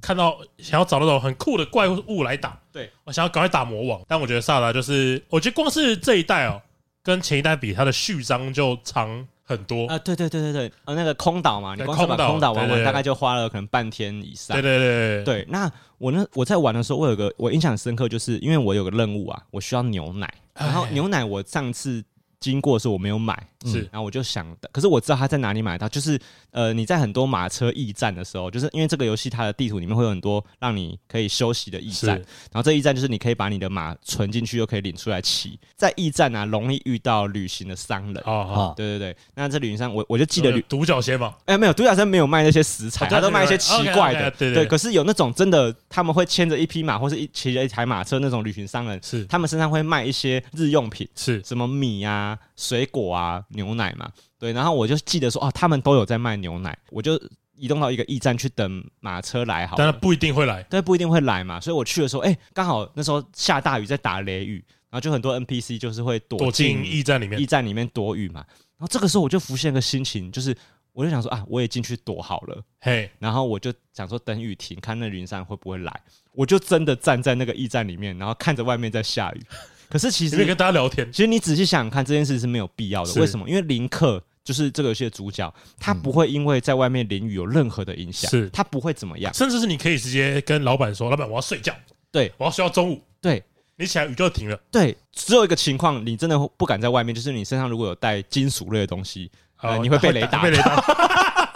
B: 看到想要找那种很酷的怪物来打，
A: 对，
B: 我想要赶快打魔王。但我觉得萨达就是，我觉得光是这一代哦，跟前一代比，它的序章就长很多
A: 啊、。对对对对对，呃，那个空岛嘛，你
B: 对
A: 光是把
B: 空岛
A: 空岛玩
B: 对对
A: 完，
B: 对
A: 大概就花了可能半天以上
B: 对。对对，
A: 对，那我呢？我在玩的时候，我有个我印象很深刻，就是因为我有个任务啊，我需要牛奶，然后
B: 哎
A: 牛奶我上次经过的时候我没有买，
B: 是
A: 然后我就想，可是我知道它在哪里买得到，就是呃，你在很多马车驿站的时候，就是因为这个游戏它的地图里面会有很多让你可以休息的驿站，
B: 是
A: 然后这驿站就是你可以把你的马存进去，又可以领出来骑。在驿站啊，容易遇到旅行的商人。
B: 好好，
D: 啊，
A: 对对对，那这旅行商我我就记得旅
B: 独角
A: <laughs>
B: 仙嘛，
A: 哎、没有，独角仙没有卖那些食材，
B: 哦
A: 他都卖一些奇怪
B: 对对
A: 的。
B: 对对对
A: 可是有那种真的，他们会牵着一匹马或是一骑着一台马车那种旅行商人，
B: 是
A: 他们身上会卖一些日用品，
B: 是
A: 什么米啊、水果啊、牛奶嘛。对，然后我就记得说，哦，他们都有在卖牛奶，我就移动到一个驿站去等马车来好了。
B: 当然不一定会来，
A: 对，不一定会来嘛，所以我去的时候，哎、刚好那时候下大雨，在打雷雨，然后就很多 NPC 就是会
B: 躲
A: 躲进
B: 进驿站里面
A: 驿站里面躲雨嘛。然后这个时候我就浮现一个心情，就是我就想说啊，我也进去躲好了。
B: 嘿，
A: 然后我就想说等雨停，看那云山会不会来。我就真的站在那个驿站里面，然后看着外面在下雨。可是其
B: 里面
A: 实，
B: 跟大家聊天，
A: 其实你仔细想想看，这件事是没有必要的。
B: 是
A: 为什么？因为林克就是这个游戏的主角，他不会因为在外面淋雨有任何的影响，
B: 是
A: 他不会怎么样。
B: 甚至是你可以直接跟老板说，老板我要睡觉，
A: 对，
B: 我要睡到中午，
A: 对，
B: 你起来雨就停了，
A: 对，只有一个情况，你真的不敢在外面，就是你身上如果有带金属类的东西，呃
B: 好
A: 你会
B: <laughs>
A: 被雷打
B: 哦被雷啊打，
A: <laughs>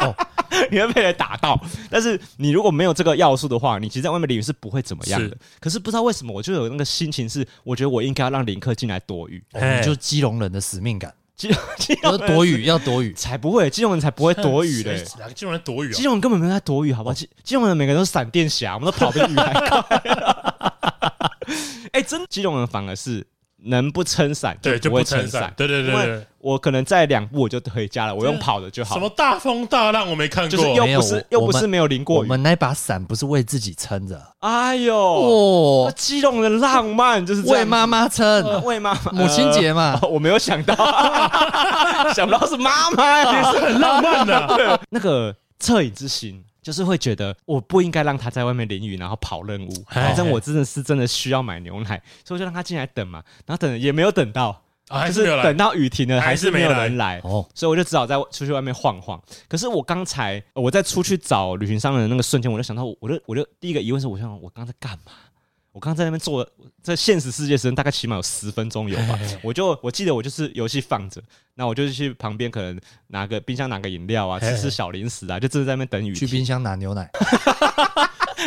A: 你会被人打到。但是你如果没有这个要素的话，你其实在外面淋雨是不会怎么样的
B: 是。
A: 可是不知道为什么，我就有那个心情是，我觉得我应该要让林克进来躲雨，
D: 哦
B: 嘿
D: 你就基隆人的使命感，
A: 基基
D: 要
A: 隆人
D: 躲雨，要躲雨，
A: 才不会，基隆人才不会躲
B: <laughs>
A: 雨嘞。
B: 哪个竟然躲雨啊
A: 基？隆人根本没有在躲雨，好
B: 哦
A: 不好？基基隆人每个人都是闪电侠，我们都跑比雨还快。 <laughs> 哎、真基隆人反而是能不撑伞
B: 对，就
A: 不会
B: 不
A: 撑
B: 撑伞，。对对对
A: 因为
B: 对，
A: 我可能再两步我就回家了，我用跑的就好
B: 什
A: 了。
B: 么大风大浪我没看
A: 就是
B: 过
A: 又
D: 没
A: 不
D: 有
A: 是
D: 我
A: 又不
D: 我
A: 是
D: 们
A: 没有淋
D: 我
A: 过雨，
D: 们那把伞不是为自己撑着，
A: 哎呦，
D: 哦，
A: 激动的浪漫就是这样
D: 为妈妈
A: 呃
D: 撑，
A: 为妈妈
D: 母亲节
A: <laughs>
D: 嘛
A: 呃，我没有想
B: <laughs>
A: 到，想不到是妈妈呀。
B: 很浪漫的，
A: 那个恻隐之心，就是会觉得我不应该让他在外面淋雨，然后跑任务。
B: 哎
A: 反正我真的是真的需要买牛奶，所以我就让他进来等嘛。然后等也没有等到，
B: 啊还
A: 就是是
B: 没有来
A: 等，到雨停了，
B: 还
A: 还
B: 是
A: 是没有
B: 没来
A: 人来。
D: 哦，
A: 所以我就只好在出去外面晃晃。可是我刚才呃我在出去找旅行商人的那个瞬间，我就想到我，我就我就第一个疑问是，我想我刚才干嘛？我刚在那边坐了，在现实世界时间大概起码有十分钟有吧。
D: 哎
A: 我就我记得我就是游戏放着，那我就去旁边可能拿个冰箱拿个饮料啊，
B: 嘿
A: 吃吃小零食啊，就真的在那边等雨
D: 去
A: 停。
D: 冰箱拿牛奶，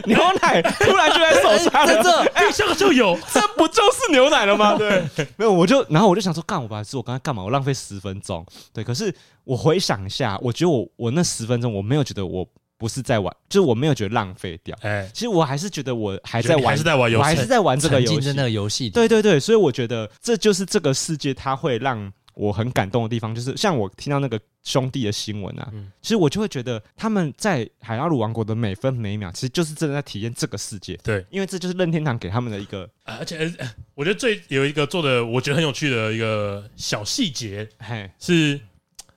A: 牛奶突然就在手上了，
D: 这
B: 冰箱哎
A: <laughs>
B: 就有，
A: 这不就是牛奶了吗？ <laughs> 对，没有，我就然后我就想说，干我白痴，我刚才干嘛？我浪费十分钟。对，可是我回想一下，我觉得我我那十分钟我没有觉得我不是在玩，就是我没有觉得浪费掉。
B: 哎，
A: 其实我还是觉得我还
B: 还
A: 在玩，
B: 还是在玩游
A: 我还
B: 戏
A: 是，在玩这个
D: 沉
A: 游
D: 浸在
A: 戏
D: 那。个游戏里，
A: 对对对，所以我觉得这就是这个世界它会让我很感动的地方，就是像我听到那个兄弟的新闻啊，
B: 嗯
A: 其实我就会觉得他们在海拉鲁王国的每分每秒，其实就是真的在体验这个世界。
B: 对，
A: 因为这就是任天堂给他们的一个
B: 啊而且呃呃我觉得最有一个做的，我觉得很有趣的一个小细节
A: 嘿。
B: 是，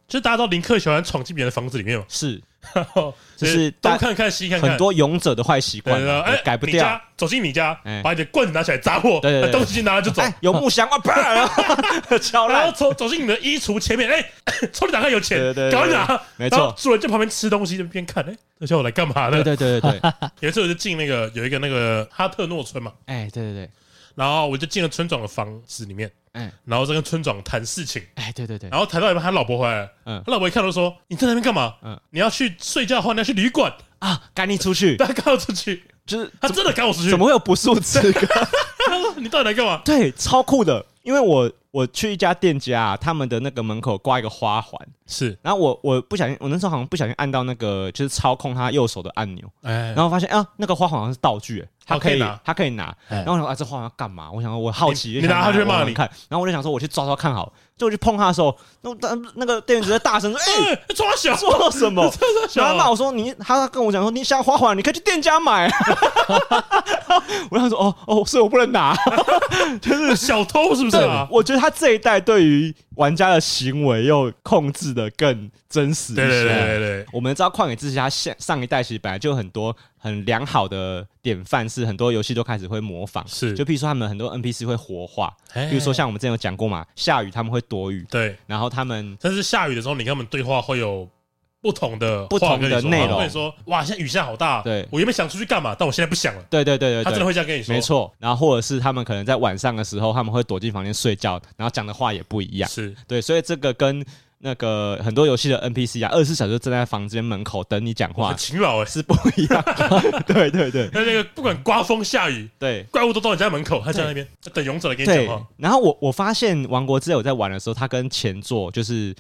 B: 就大家都林克喜欢闯进别人的房子里面嘛， <laughs>
A: 是，
B: 然后
A: 就是
B: 东
A: 大
B: 看看西看看，
A: 很多勇者的坏习
B: 对
A: 惯
B: 对对，
A: 嘛，
B: 哎，
A: 改不
B: 你
A: 掉。
B: 家走进你家
A: 哎，
B: 把你的棍子拿起来砸破，
A: 对对对
B: 把东西拿了就走，
A: 哎，有木箱啊，啪， <laughs> 然后敲
B: 然后
A: 烂，
B: 走走进你的衣橱前面，哎， <laughs> 抽屉打开有钱
A: 对，对对
B: 赶快
A: 对
B: 拿。
A: 没
B: 然后
A: 错，
B: 主人在旁边吃东西，就边看，哎，这下我来干嘛
A: 对
B: 的？
A: 对对
B: <laughs>
A: 对对，
B: 有一次我就进那个有一个那个哈特诺村嘛，
A: 哎，对对对，
B: 然后我就进了村长的房子里面，
A: 哎
B: 然后在跟村长谈事情。
A: 哎，对对对，
B: 然后谈到一半，他老婆回来了，
A: 嗯
B: 他老婆一看都说：“你在那边干嘛？
A: 嗯
B: 你要去睡觉的话，你要去旅
A: <laughs>
B: 馆。
A: 啊，赶你出”去，
B: 他赶我出去，
A: 就是
B: 他真的赶我出去。
A: 怎么？会有不速之客？
B: 他说：“ <laughs> 你到底来干
A: <laughs>
B: 嘛
A: 对，超酷的，因为我我去一家店家啊，他们的那个门口挂一个花环，？”
B: 是，
A: 然后我我不小心，我那时候好像不小心按到那个就是操控他右手的按钮，
B: 哎
A: 然，后发现啊，那个花环好像是道具，欸他
B: 哦可以
A: 可以
B: 拿
A: 他可以拿。
D: 哎
A: 然后我想，啊，这花环要干嘛？我想，我好奇，
B: 你
A: 就想
B: 你拿它就会
A: 我
B: 骂
A: 玩
B: 你
A: 看。然后我就想说，我去抓抓看好了。就我去碰它的时候，那那那个店员直接大声说：“哎、
B: <laughs> 哎，抓小，抓
A: 做
B: <laughs>
A: 什么？”然后他骂
B: 小，
A: 我说：“你，他跟我讲说，你想要花环，你可以去店家买。” <laughs> 我想说：“哦哦，所以我不能拿。
B: <laughs> 小偷是不是
A: 对
B: 啊”？
A: 我觉得他这一代对于玩家的行为又控制的更真实一些。
B: 对对对对对，
A: 我们知道《旷野之息》它上上一代其实本来就有很多很良好的典范，是很多游戏都开始会模仿。
B: 是
A: 就譬如说他们很多 NPC 会活化，
B: 哎
A: 比如说像我们之前有讲过嘛，下雨他们会躲雨，
B: 对，
A: 然后他们
B: 但是下雨的时候，你跟他们对话会有。不同的话
A: 不同的
B: 跟你说
A: 内容
B: 他会说：“哇，现在雨下好大。”
A: 对
B: 我原本想出去干嘛，但我现在不想了。
A: 对对对
B: 他
A: 对
B: 真的
A: 对。
B: 会这样跟你说，
A: 没，错，然后或者是他们可能在晚上的时候，他们会躲进房间睡觉，然后讲的话也不一样，
B: 是
A: 对，所以这个跟那个很多游戏的 NPC 啊，二十四小时就站在房间门口等你讲话
B: 很，勤劳哎、
A: 是不一样的。 <laughs> 对对对
B: 那那个不管刮风下雨，
A: 对
B: 怪物都到你家门口，他站在那边等勇者来跟你
A: 对
B: 讲话。。
A: 然后我我发现《王国之泪》我在玩的时候，它跟前作就是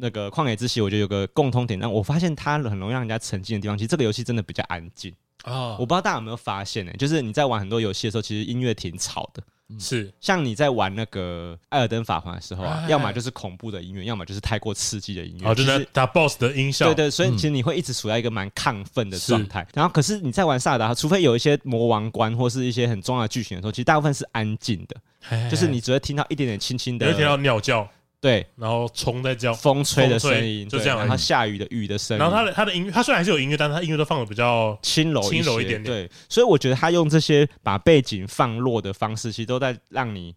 A: 那个《旷野之息》，我觉得有个共通点，让我发现它很容易让人家沉浸的地方。其实这个游戏真的比较安静，
B: 啊
A: 我不知道大家有没有发现呢、就是你在玩很多游戏的时候，其实音乐挺吵的。
B: 是
A: 像你在玩那个《艾尔登法环》的时候啊
B: 哎，
A: 要么就是恐怖的音乐，要么就是太过刺激的音乐。
B: 啊，就
A: 其
B: 是
A: 实
B: 在打 BOSS 的音效，
A: 对对，所以其实你会一直处在一个蛮亢奋的
B: 是
A: 状态。然后，可是你在玩萨尔达，除非有一些魔王关或是一些很重要的剧情的时候，其实大部分是安静的，
B: 对
A: 就是你只会听到一点点轻轻
B: 你会听到
A: 的
B: 鸟叫，
A: 对
B: 然后虫在叫，
A: 风吹的
B: 风吹
A: 声音，
B: 就
A: 对
B: 这样而已
A: 然后下雨的雨的声音，
B: 然后他的他的音乐，他虽然还是有音乐，但是他音乐都放的比较
A: 轻柔
B: 轻柔一
A: 些
B: 点点
A: 对，所以我觉得他用这些把背景放落的方式，其实都在让你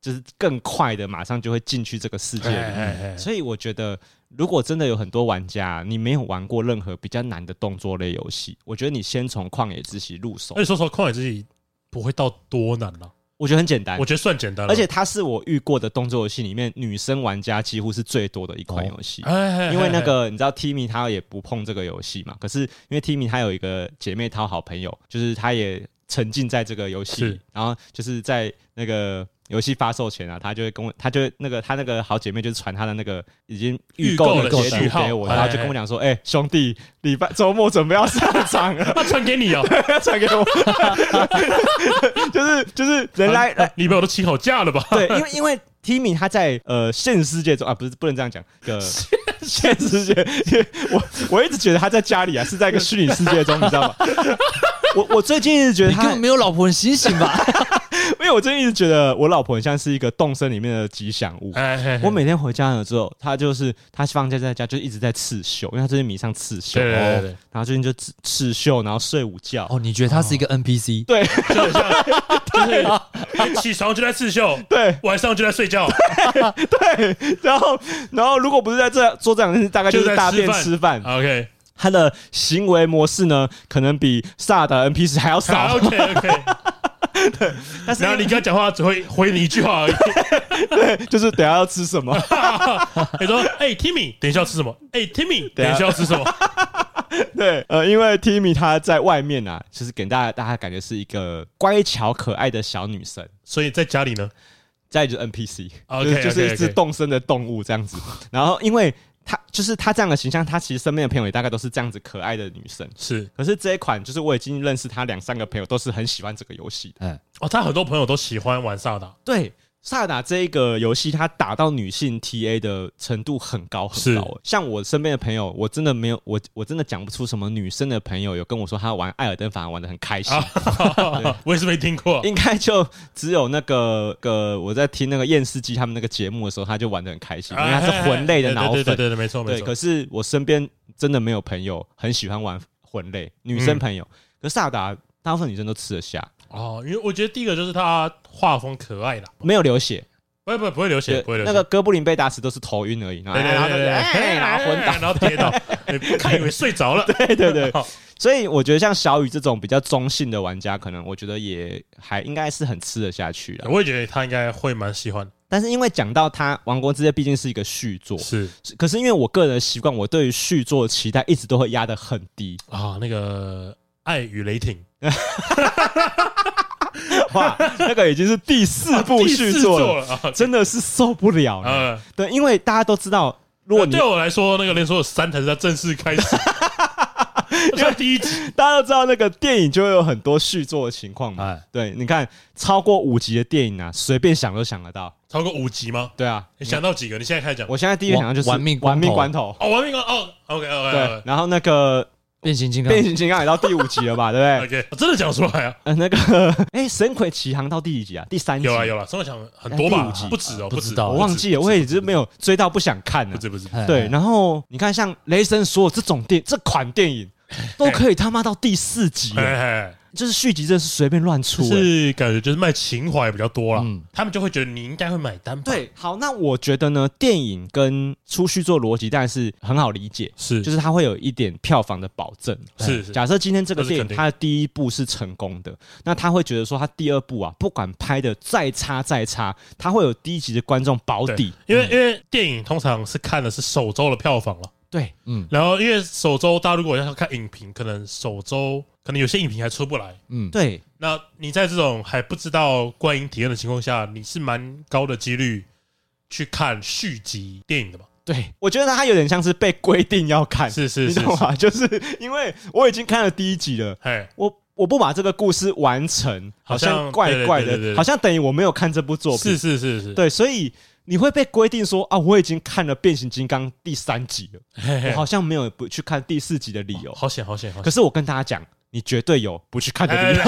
A: 就是更快的马上就会进去这个世界里面。
B: 哎
A: 所以我觉得，如果真的有很多玩家，你没有玩过任何比较难的动作类游戏，我觉得你先从《旷野之息》入手
B: 而且，说实话，旷野之息不会到多难了，
A: 我觉得很简单
B: 我。觉得算简单了。
A: 而且它是我遇过的动作游戏里面，女生玩家几乎是最多的一款游戏。
B: <laughs> 哎，
A: 因为那个你知道 Timmy 他也不碰这个游戏嘛，可是因为 Timmy 他有一个姐妹淘好朋友，就是他也沉浸在这个游戏
B: 是
A: 里，然后就是在那个游戏发售前啊，他就会跟我，他就会那个他那个好姐妹就是传他的那个已经预购
B: 预
A: 的
B: 购的
A: 截
B: 序
A: 图
B: 号
A: 给我，
B: 哎
A: 然后就跟我讲说，哎、兄弟，礼拜周末准备要上场了，
B: 他传给你哦，
A: 要传给
B: <laughs>
A: 我， <laughs> 就是就是人来来
B: 啊你把我都请好假了吧？
A: 对，因为因为 Timmy 他在呃现实世界中啊，不是不能这样讲，
B: <laughs>
A: 呃现实世界， <laughs> 因为我我一直觉得他在家里啊，是在一个虚拟世界中，你知道
B: <laughs>
A: 吗？我我最近一直觉得
D: 你根
A: 他，
D: 本
A: 因
D: 没有老婆，你醒醒吧！
A: 为我最近一直觉得我老婆很像是一个动森里面的吉祥物。
B: 哎，嘿嘿
A: 我每天回家了之后，她就是她放假在家就一直在刺绣，因为她最近迷上刺绣，
B: 对对对
A: 哦
B: 对
A: 然后最近就刺刺绣，然后睡午觉，
D: 哦，你觉得他是一个
A: <laughs>
D: NPC？
A: 对
B: 就很像，
A: 啊
B: 就是起床就在刺绣，
A: 对
B: 晚上就在睡觉，
A: 对，然后然后如果不是在这做这两件事，大概就
B: 就是在
A: 大
B: 吃
A: 便
B: 饭
A: 吃饭， <laughs>
B: OK
A: 他的行为模式呢，可能比萨达 NPC 还要
B: 好
A: 少。
B: OK OK， <laughs>
A: 但是
B: 然后你跟他讲话只会回你一句话而已。 <laughs>
A: <laughs> 就是等一下要吃什么？
B: 你说，哎，Timmy，等一下要吃什么？哎，Timmy，
A: 对
B: 等
A: 啊
B: 一下要吃什么？ <laughs>
A: 对，呃，因为 Timmy 她在外面啊，就是给大家大家感觉是一个乖巧可爱的小女生。
B: 所以在家里呢，
A: 再就是 NPC，
B: OK，
A: 就是就是
B: OK，OK
A: 一只动身的动物这样子。然后因为她就是她这样的形象，她其实身边的朋友也大概都是这样子可爱的女生。
B: 是
A: 可是这一款就是我已经认识她两三个朋友都是很喜欢这个游戏的。
B: 哦，他很多朋友都喜欢玩萨
A: <laughs>
B: 达，
A: 对，萨达这一个游戏，它打到女性 TA 的程度很高很
B: 是
A: 高欸。像我身边的朋友，我真的没有，我我真的讲不出什么女生的朋友有跟我说她玩艾尔登反而玩的很开
B: 哦
A: 心。
B: <laughs> 我也是没听
A: <laughs>
B: 过。
A: 应该就只有那个个我在听那个验尸机他们那个节目的时候，她就玩的很开心，因为她是魂类的脑
B: 哎对对
A: 粉。
B: 对对，没错没
A: 对，
B: 错
A: 可。是我身边真的没有朋友很喜欢玩魂类，女生
B: 嗯
A: 朋友。可萨达大部分女生都吃得下，
B: 哦，因为我觉得第一个就是他画风可爱啦，
A: 没有流血，
B: 不会不会不会流血，
A: 对
B: 不会流血。
A: 那个哥布林被打死都是头晕而已，然后
B: 对对
A: 然后
B: 对
A: 就
B: 对
A: 是
B: 对， <laughs>
A: 哎，然后昏倒。 <laughs>
B: 然后跌倒，你不看以为睡着了。
A: 对对对，
B: 好
A: 所以我觉得像小雨这种比较中性的玩家，可能我觉得也还应该是很吃得下去的。
B: 我也觉得他应该会蛮喜欢，
A: 但是因为讲到他《王国之泪》毕竟是一个续作，
B: 是
A: 可是因为我个人的习惯，我对于续作的期待一直都会压得很低。
B: 啊，那个爱与雷霆 <laughs>
A: 哇，那个已经是第四部
B: 第四
A: 续作了， <laughs>
B: 了啊，
A: 真的是受不了了
B: 呃，
A: 对，因为大家都知道，如果你
B: 对我来说，那个连锁有三才是它正式开
A: <laughs>
B: 始，因为第一集
A: 大家都知道那个电影就会有很多续作的情况嘛。
D: 哎，
A: 对，你看超过五集的电影啊，随便想都想得到。
B: 超过五集吗？
A: 对啊，
B: 你想到几个？你现在开始讲。
A: 我现在第一个想到就是
D: 玩命关
A: 玩
D: 头
A: 命关头。
B: 哦，玩命关哦，OK
A: 对
B: OK，
A: 然后那个
D: 变形金刚
A: 变形金刚也到第五集了吧，对不
B: <laughs>
A: 对？
B: OK，真的讲出来啊，
A: 呃，那个 <laughs> 哎，神鬼奇航到第几集啊？第三集
B: 有啊有啊，真的讲很多
A: 哎
B: 吧
A: 第五集，
B: 不止哦，
D: 不
B: 止
D: 知道
A: 我忘记了，我也是没有追到，不想看
B: 不
A: 了。
B: 止不止，
D: 哎
A: 对，然后你看，像雷神所有这种电这款电影，都可以他妈到第四集
B: 哎
A: 了，
B: 哎，
A: 就是续集真的是随便乱出、
B: 就
A: 欸
B: 是感觉就是卖情怀比较多啦，
D: 嗯
B: 他们就会觉得你应该会买单吧？，
A: 对，好，那我觉得呢，电影跟出续作逻辑当然是很好理解，
B: 是哎
A: 就是它会有一点票房的保证。
B: 是是
A: 假设今天这个
B: 那是
A: 电影
B: 肯定
A: 它的第一部是成功的，那他会觉得说他第二部啊，不管拍的再差再差，他会有第一集的观众保
B: 对
A: 底。
B: 因为因为电影通常是看的是首周的票房了，
A: 对，
D: 嗯
B: 然后因为首周大家如果要看影评，可能首周可能有些影评还出不来。
D: 嗯，
A: 对，
B: 那你在这种还不知道观影体验的情况下，你是蛮高的几率去看续集电影的吧？
A: 对，我觉得它有点像是被规定要看，
B: 是是
A: 你
B: 是，
A: 懂
B: 是
A: 吗？就是因为我已经看了第一集了，
B: 哎，
A: 我我不把这个故事完成，好
B: 好像
A: 像怪
B: 对
A: 怪
B: 对对对
A: 的，
B: 对
A: 好像等于我没有看这部作品。
B: <laughs> 是是是是，
A: 对，所以你会被规定说啊，我已经看了《变形金刚》第三集了，
B: 嘿嘿哦
A: 我好像没有不去看第四集的理由。
B: 好险好险好
A: 可
B: 险！
A: 是我跟大家讲，你绝对有不去看的
B: 哎
A: 理由，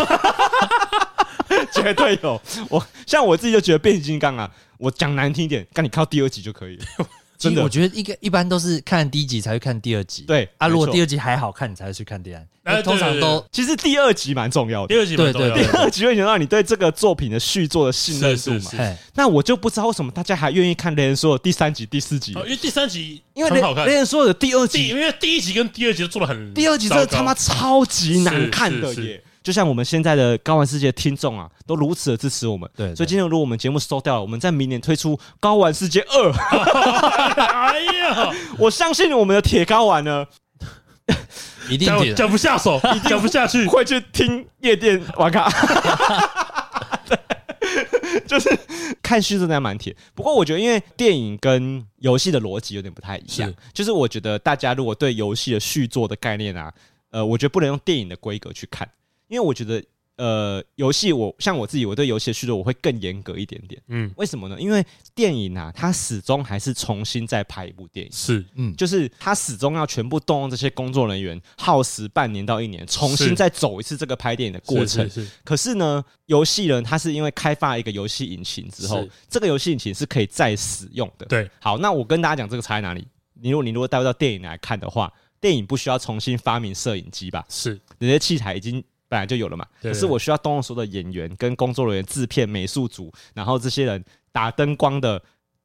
A: 绝对有。我像我自己就觉得《变形金刚》啊，我讲难听一点，干你看到第二集就可以了。
D: 其
A: 真
D: 实
A: 的
D: 我觉得一个一般都是看第一集才会看第二集，
A: 对
D: 啊，
A: 没
D: 如果
A: 错
D: 第二集还好看，你才会去看第三，因
B: 哎
D: 为通常
B: 对对对
D: 都
A: 其实第二集蛮重要
B: 第
A: 的，
B: 二 <laughs> 集蛮重要的
D: 对对
A: 第二集会影响到你对这个作品的续作的信任度
B: 是
A: 嘛
B: 是。是
D: 哎
A: 那我就不知道为什么大家还愿意看雷恩说的第三集、第四集
B: 哦，，因为第三集
A: 因为
B: 很好
A: 雷
B: 看
A: 雷，恩说的第二
B: 第
A: 集
B: 因为第一集跟第二集都做的很糟糕，
A: 第二集真的他妈超级难看的
B: 是是
A: 耶
B: 是！
A: 就像我们现在的高玩世界的听众啊，都如此的支持我们。
D: 对对
A: 所以今天如果我们节目收掉了，我们在明年推出《高玩世界二》，
B: 哎呀，
A: 我相信我们的铁高玩呢
D: 一定
B: 讲
D: 的。
B: 讲不
A: <laughs>
B: 下手，讲不下去，
A: 会去听夜店玩 <laughs> 咖。对就是看续真的还蛮甜，不过我觉得因为电影跟游戏的逻辑有点不太一样
B: 是，
A: 就是我觉得大家如果对游戏的续作的概念啊，呃，我觉得不能用电影的规格去看，因为我觉得呃，游戏我像我自己，我对游戏的续作我会更严格一点点。
B: 嗯，
A: 为什么呢？因为电影啊，它始终还是重新再拍一部电影。
B: 是
D: 嗯
A: 就是他始终要全部动用这些工作人员，耗时半年到一年，重新
B: 是
A: 再走一次这个拍电影的过程。
B: 是是
A: 可是呢，游戏人他是因为开发一个游戏引擎之后
B: 是，
A: 这个游戏引擎是可以再使用的。
B: 对，
A: 好，那我跟大家讲这个差在哪里？你如果你如果带到电影来看的话，电影不需要重新发明摄影机吧？
B: 是
A: 那些器材已经本来就有了嘛。
B: 对
A: 可是我需要动用所有的演员、跟工作人员、制片、美术组，然后这些人打灯光的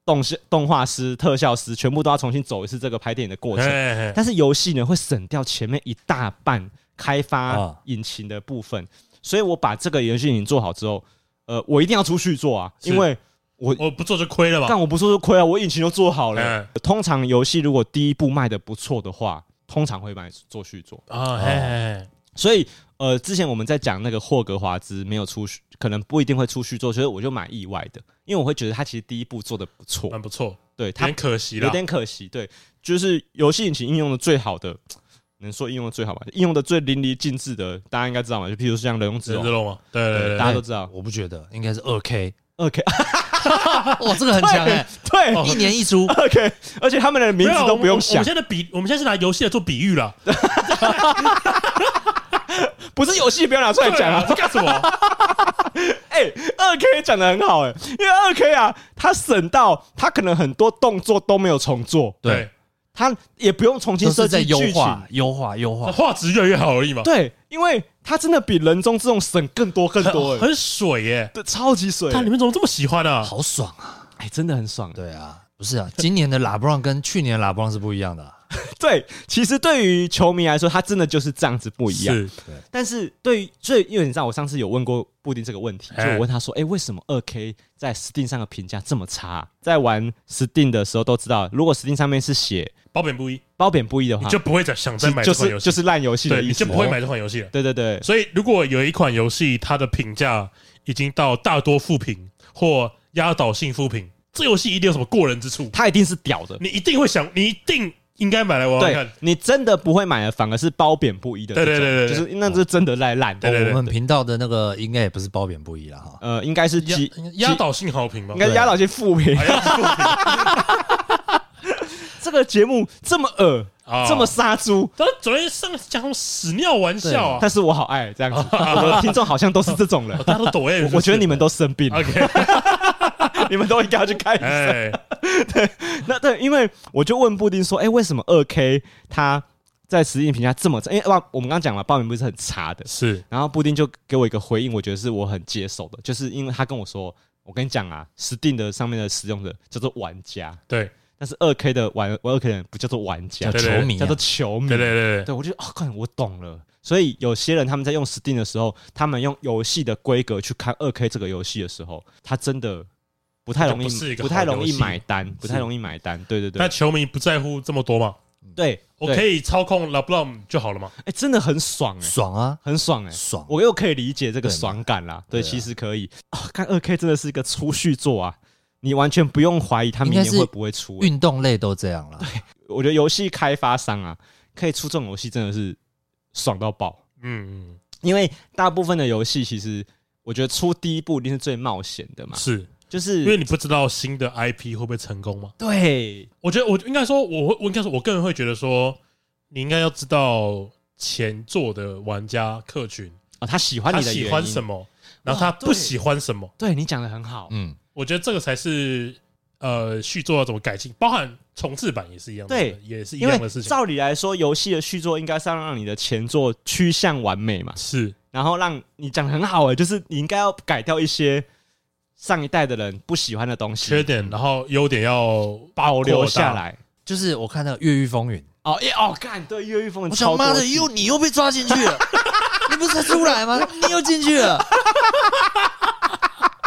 A: 动效动画师、特效师，全部都要重新走一次这个拍电影的过程。
B: 哎，
A: 但是游戏呢，会省掉前面一大半开发
D: 啊
A: 引擎的部分，所以我把这个游戏引擎做好之后，呃，我一定要出去做啊，
B: 是
A: 因为
B: 我不做就亏了吧
A: 干？我不做就亏啊，我引擎都做好了。
B: 嗯
A: 通常游戏如果第一部卖的不错的话，通常会卖做续作。
B: 啊，哎，
A: 所以呃，之前我们在讲那个霍格华兹没有出续，可能不一定会出续作，所以我就蛮意外的，因为我会觉得他其实第一部做的不错，
B: 蛮不错，
A: 对
B: 有
A: 他
B: 点可惜
A: 有
B: 啦。
A: 点可惜，对，就是游戏引擎应用的最好的，能说应用的最好吧，应用的最淋漓尽致的，大家应该知道嘛，就譬如像人工智
B: 知
A: 能，
B: 道吗？对对
A: 哦大家
B: 对
A: 都知
B: <laughs>
A: 道
D: 我不觉得，应该是二 K，
A: ，OK
D: <laughs> 哇，这个很强
A: <laughs>
D: 哎，
A: 对
B: 哦
D: 一年
A: <laughs>
D: 一出，
A: ，OK，而且他们的
B: 对，
A: 名字都不用
B: 我
A: 想
B: 们，现在比，我们现在是拿游戏来做比喻啦。
A: 不是游戏不要拿出来讲啊，
B: 这干什么？
A: 哎、二 K 讲的很好哎、因为二 K 啊，它省到它可能很多动作都没有重做，
D: 对，，
A: 它也不用重新
D: 就
A: 设
D: 是在
A: 计
D: 优
A: 剧情
D: 化、。优化、
A: <laughs>
D: 优化，
B: 画质越来越好而已嘛。
A: 对，因为它真的比人中之龙省更多更多、欸，
B: 很水耶。
A: 对，超级水、
B: 看你们怎么这么喜欢啊？
D: 好爽啊！
A: 哎、真的很爽。
D: 对啊，不是啊，今年的拉布朗跟去年的拉布朗是不一样的啊，
A: 对，其实对于球迷来说，它真的就是这样子不一样。
B: 是
A: 但是对于最，因为你知道，我上次有问过布丁这个问题，就
B: 哎
A: 我问他说，哎、为什么二 K 在 Steam 上的评价这么差啊、在玩 Steam 的时候都知道，如果 Steam 上面是写
B: 褒贬不一，
A: 褒贬不一的话，
B: 你就不会再想再买
A: 啊就
B: 这款
A: 是
B: 游戏，
A: 就是烂游戏的
B: 对，
A: 意
B: 你
A: 思，哦
B: 就不会买这款游戏了。
A: 对对对，
B: 所以，如果有一款游戏它的评价已经到大多负评或压倒性负评，这游戏一定有什么过人之处，
A: 它一定是屌的。
B: 你一定会想，你一定应该买来玩玩
A: 对
B: 看。
A: 你真的不会买的，反而是褒贬不一的这种。
B: 对对对对
A: 就
B: 对
A: 是那是真的赖烂。
B: 对对对
D: 我们频道的那个应该也不是褒贬不一了哈。
A: 呃，应该是
B: 压
A: 几
B: 压
A: 几
B: 倒性好评吧
A: 应，该是啊压倒性负评。
B: 哎呀负评
A: <laughs> 这个节目这么恶，
B: 啊
A: 这么杀猪，
B: 他昨天上讲屎尿玩笑啊，
A: 但是我好爱这样子。我的听众好像都是这种
B: <laughs>
A: 人
B: 哦，大家都抖 M，
A: 我觉得你们都生病了，
B: OK，
A: <laughs> 你们都应该要去看医生。
B: 哎，
A: 那对，因为我就问布丁说，哎，为什么二 K 它在实际评价这么差？因为哇，我们刚刚讲了，报名不是很差的。
B: 是
A: 然后布丁就给我一个回应，我觉得是我很接受的，就是因为他跟我说，我跟你讲啊，Steam 的上面的使用者叫做玩家，
B: 对，
A: 但是二 K 的玩二 K 的人不叫做玩家
D: 叫，球迷啊
A: 叫做球迷。
B: 对对对对，
A: 对，我就哦，看我懂了。所以有些人他们在用 Steam 的时候，他们用游戏的规格去看二 K 这个游戏的时候，他真的不太容易
B: 就不是一个好
A: 太容
B: 游
A: 易
B: 戏
A: 买单，不太容易买单。对对
B: 那
A: 对，
B: 球迷不在乎这么多嘛？
A: 对，
B: 我
A: 对
B: 可，以操控 LeBron 就好了嘛？
A: 哎，真的很爽哎，
D: 爽啊，
A: 很爽哎。
D: 爽！
A: 我又可以理解这个
D: 对嘛
A: 爽感啦，对，
D: 对啊
A: 其实可以啊。看二 K 真的是一个出续作啊，你完全不用怀疑它明
D: 应该
A: 年
D: 是
A: 会不会出欸。
D: 运动类都这样了，
A: 我觉得游戏开发商啊，可以出这种游戏真的是爽到爆。
B: 嗯，
A: 因为大部分的游戏其实，我觉得出第一步一定是最冒险的嘛，
B: 是
A: 就是
B: 因为你不知道新的 IP 会不会成功嘛？
A: 对
B: 我觉得我应该说，我会我应该说，我个人会觉得说，你应该要知道前作的玩家客群
A: 啊，他喜欢
B: 他
A: 你的
B: 喜
A: 原
B: 欢
A: 因
B: 什？么，然后他不喜欢什么，
A: 对你讲的很好，
D: 嗯，
B: 我觉得这个才是呃续作要怎么改进，包含重置版也是一样的，
A: 对
B: 也是一
A: 因
B: 样
A: 为
B: 的事情，
A: 照理来说，游戏的续作应该是要让你的前作趋向完美嘛，
B: 是
A: 然后让你讲的很好哎、就是你应该要改掉一些上一代的人不喜欢的东西，
B: 缺点，然后优点要
A: 嗯保留
B: 扩大
A: 下。来。
D: 就是我看到《越狱风云》，
A: 哦耶哦，干对越狱
B: 嗯
A: 风
D: 我
A: 云
D: 想
A: 超多集，
D: 妈的，又你又被抓进去
B: <laughs>
D: 了，你不是才出来吗？你又进去了，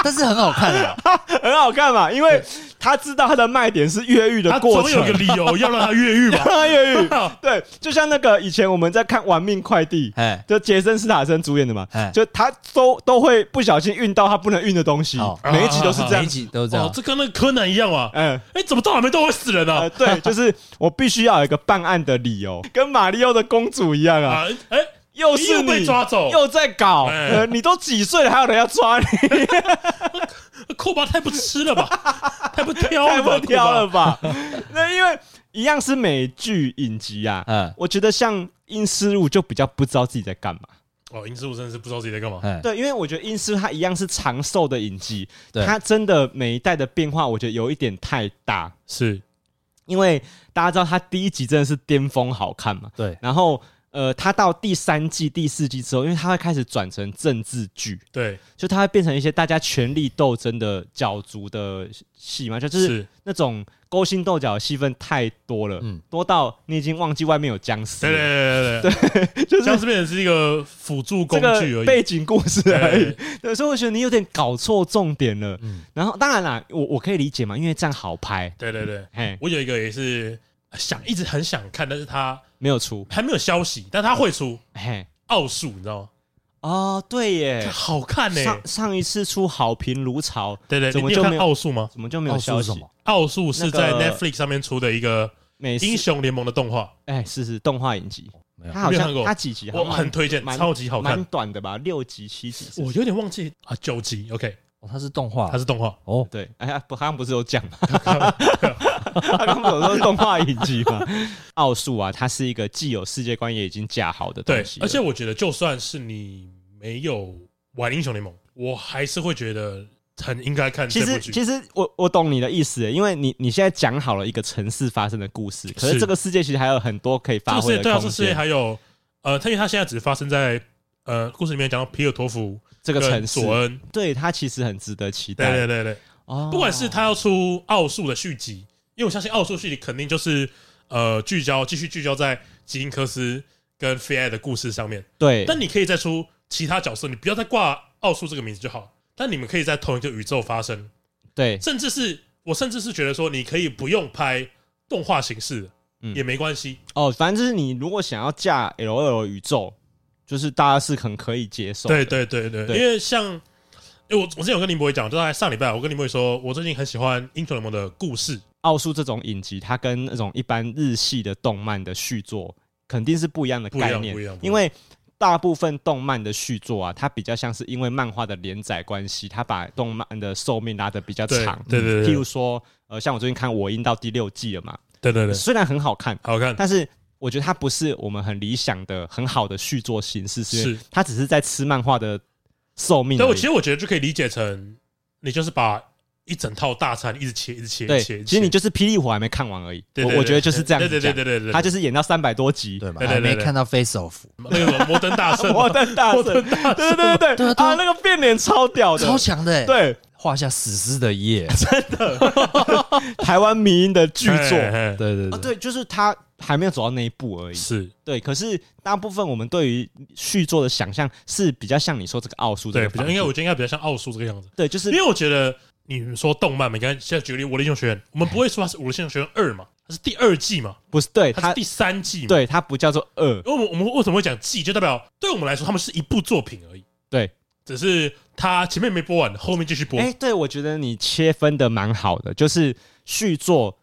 D: 但是很好看 <laughs> 啊，
A: 很好看嘛，因为他知道他的卖点是越狱的
B: 他
A: 过
B: 总有
A: 程啊
B: 个，理由要让他越
A: <laughs>
B: 狱吧？
A: 他越狱。对，就像那个以前我们在看《玩命快递》，
D: 哎，
A: 就杰森·斯坦森主演的嘛
D: 哎，
A: 就他都都会不小心运到他不能运的东西
D: 好，
A: 每一集都是这
D: 啊每
A: 样
D: 一。集都这
B: 哦
D: 样，，
B: 这跟那个柯南一样嘛？
A: 嗯，
B: 哎，怎么到哪边都会死人
A: 呃，
B: 啊？
A: <laughs> 对，就是我必须要有一个办案的理由，跟马里奥的公主一样啊，
B: 啊，哎，
A: 又是
B: 又
A: 你
B: 被抓走
A: 又在搞，
B: 哎
A: 呃，你都几岁了，还有人要抓
B: <laughs>
A: 你，
B: 呃扣巴太不吃
A: <laughs>
B: 了吧？太不挑
A: 太
B: 了吧？
A: 不挑了
B: 库巴。
A: 吧？ <laughs> 那因为一样是美剧影集啊，
D: 嗯，
A: 我觉得像殷思路就比较不知道自己在干嘛。
B: 哦，银之武真的是不知道自己在干嘛。
D: 哎，
A: 对，因为我觉得殷师他一样是长寿的影集，
D: 对
A: 他真的每一代的变化，我觉得有一点太大。
B: 是
A: 因为大家知道他第一集真的是巅峰好看嘛，
D: 对，
A: 然后呃，他到第三季、第四季之后，因为他会开始转成政治剧，
B: 对，
A: 就他会变成一些大家权力斗争的角逐的戏嘛，就是
B: 是，
A: 那种勾心斗角的戏份太多了，
D: 嗯
A: 多到你已经忘记外面有僵尸
B: 对
A: 了，
B: 对对对对对，
A: <laughs> 就是
B: 僵尸变成是一个辅助工
A: 这
B: 具而
A: 个
B: 已。
A: 背景故事而已
B: 对。
A: 对，所以我觉得你有点搞错重点了。
D: 嗯
A: 然后当然啦，我我可以理解嘛，因为这样好拍，
B: 对对对，
A: 嘿，
B: 我有一个也是想一直很想看，但是他
A: 没有出，
B: 还没有消息，但他会出
A: 嘿，
B: 奥数，你知道吗？
A: 哦，对耶，
B: 好看呢、
A: 上上一次出好评如潮，
B: 对对，
A: 怎
B: 你
A: 么
B: 你有
A: 就没
B: 看
A: 有
B: 奥数吗？
A: 怎么就没有消
D: 告诉
A: 息
D: 什？么？
B: 奥数是在
A: 那个
B: Netflix 上面出的一个
A: 美
B: 英
A: 式
B: 雄联盟的动画，
A: 哎，是是动画影集
D: 没，有
A: 它好
B: 没有
A: 像
B: 看过
A: 它几集好
B: 我
A: 像蛮
B: 很推荐，
A: 蛮
B: 超级好
A: 蛮
B: 看。
A: 短的吧，六集七集是不
B: 我
A: 是。
B: 有点忘记啊，九集 OK，
D: 哦，它是动画，
B: 它是动画，
D: 哦，
A: 对，哎呀，不，他刚不是有讲
B: <laughs>
A: 吗？他刚不是有说动画影集吗？ <laughs> 奥数啊，它是一个既有世界观也已经架好的东
B: 对
A: 西，了，
B: 而且我觉得就算是你没有玩英雄联盟，我还是会觉得很应该看
A: 其
B: 这部
A: 实，
B: 剧。
A: 其实我我懂你的意思耶，因为你你现在讲好了一个城市发生的故事，可是
B: 是
A: 这个世界其实还有很多可以
B: 这
A: 发
B: 个世
A: 挥
B: 界对啊，
A: 的
B: 这
A: 空
B: 世界
A: 间。
B: 还有呃，它因为它现在只发生在呃故事里面讲到皮尔托夫呃
A: 这个
B: 跟
A: 城市，
B: 索恩，
A: 对它其实很值得期
B: 对
A: 待
B: 对。对对，
A: 哦
B: 不管是他要出奥数的续集，因为我相信奥数续集肯定就是呃聚焦继续聚焦在吉因科斯跟菲艾的故事上面，
A: 对，
B: 但你可以再出其他角色，你不要再挂奥数这个名字就好。但你们可以在同一个宇宙发生，
A: 对
B: 甚至是我甚至是觉得说，你可以不用拍动画形式的，
A: 嗯
B: 也没关系。
A: 哦，反正就是你如果想要架 L L 宇宙，就是大家是很可以接受的。
B: 对对对对，
A: 对
B: 因为像，因为我我之前有跟林博伟讲，就在上礼拜我跟林博伟说，我最近很喜欢英雄联盟的故事，
A: 奥数这种影集，它跟那种一般日系的动漫的续作肯定是不一样的概念
B: 不一样不一样，不一样
A: 因为。大部分动漫的续作啊，它比较像是因为漫画的连载关系，它把动漫的寿命拉得比较
B: 对
A: 长。
B: 对对
A: 譬
B: 对
A: 如说，呃，像我最近看《我音》到第六季了嘛，
B: 对对对，
A: 虽然很好看，
B: 好看，
A: 但是我觉得它不是我们很理想的、很好的续作形式，是因为
B: 是
A: 它只是在吃漫画的寿命而
B: 对，
A: 已。
B: 我其实我觉得就可以理解成，你就是把一整套大餐，一直切，一直切，一
A: 对，
B: 直切。一直
A: 其实你
B: 切
A: 就是《霹雳火》还没看完而已，
B: 对对
A: 我我
B: 对
A: 觉得就是这样子
B: 对对对
A: 讲
B: 对对对对
A: 他就是演到三百多集，
D: 对吧？
B: 对对
D: 还
B: 对
D: 没
B: 对哦
D: 看到 face off，
B: 那个什么摩登
A: <laughs>
B: 大圣嘛，
A: 摩登哦大圣，对对对对
D: 对
A: 对
D: 啊对啊
A: 啊，那个变脸超屌的，
D: 超强的欸，
A: 对，
D: 画下史诗的一
B: <laughs>
D: 页，
A: 台湾迷音的巨作。
B: 嘿嘿
D: 对对
A: 啊，，对，就是他还没有走到那一步而已。
B: 是
A: 对，可是大部分我们对于续作的想象是比较像你说这个奥数这
B: 对，
A: 个
B: 比较
A: 方式，
B: 应该我觉得应该比较像奥数这个样子，
A: 对，就是
B: 因为我觉得你说动漫嘛，你看现在举例《我的英雄学院》，我们不会说它是《我的英雄学院二》嘛，它是第二季嘛，
A: 不是对
B: 它
A: 他
B: 是第三季嘛，
A: 对他不叫做二，
B: 因为我们我们为什么会讲季，就代表对我们来说，他们是一部作品而已。
A: 对，
B: 只是它前面没播完，后面继续播。
A: 哎、对，我觉得你切分的蛮好的，就是续作，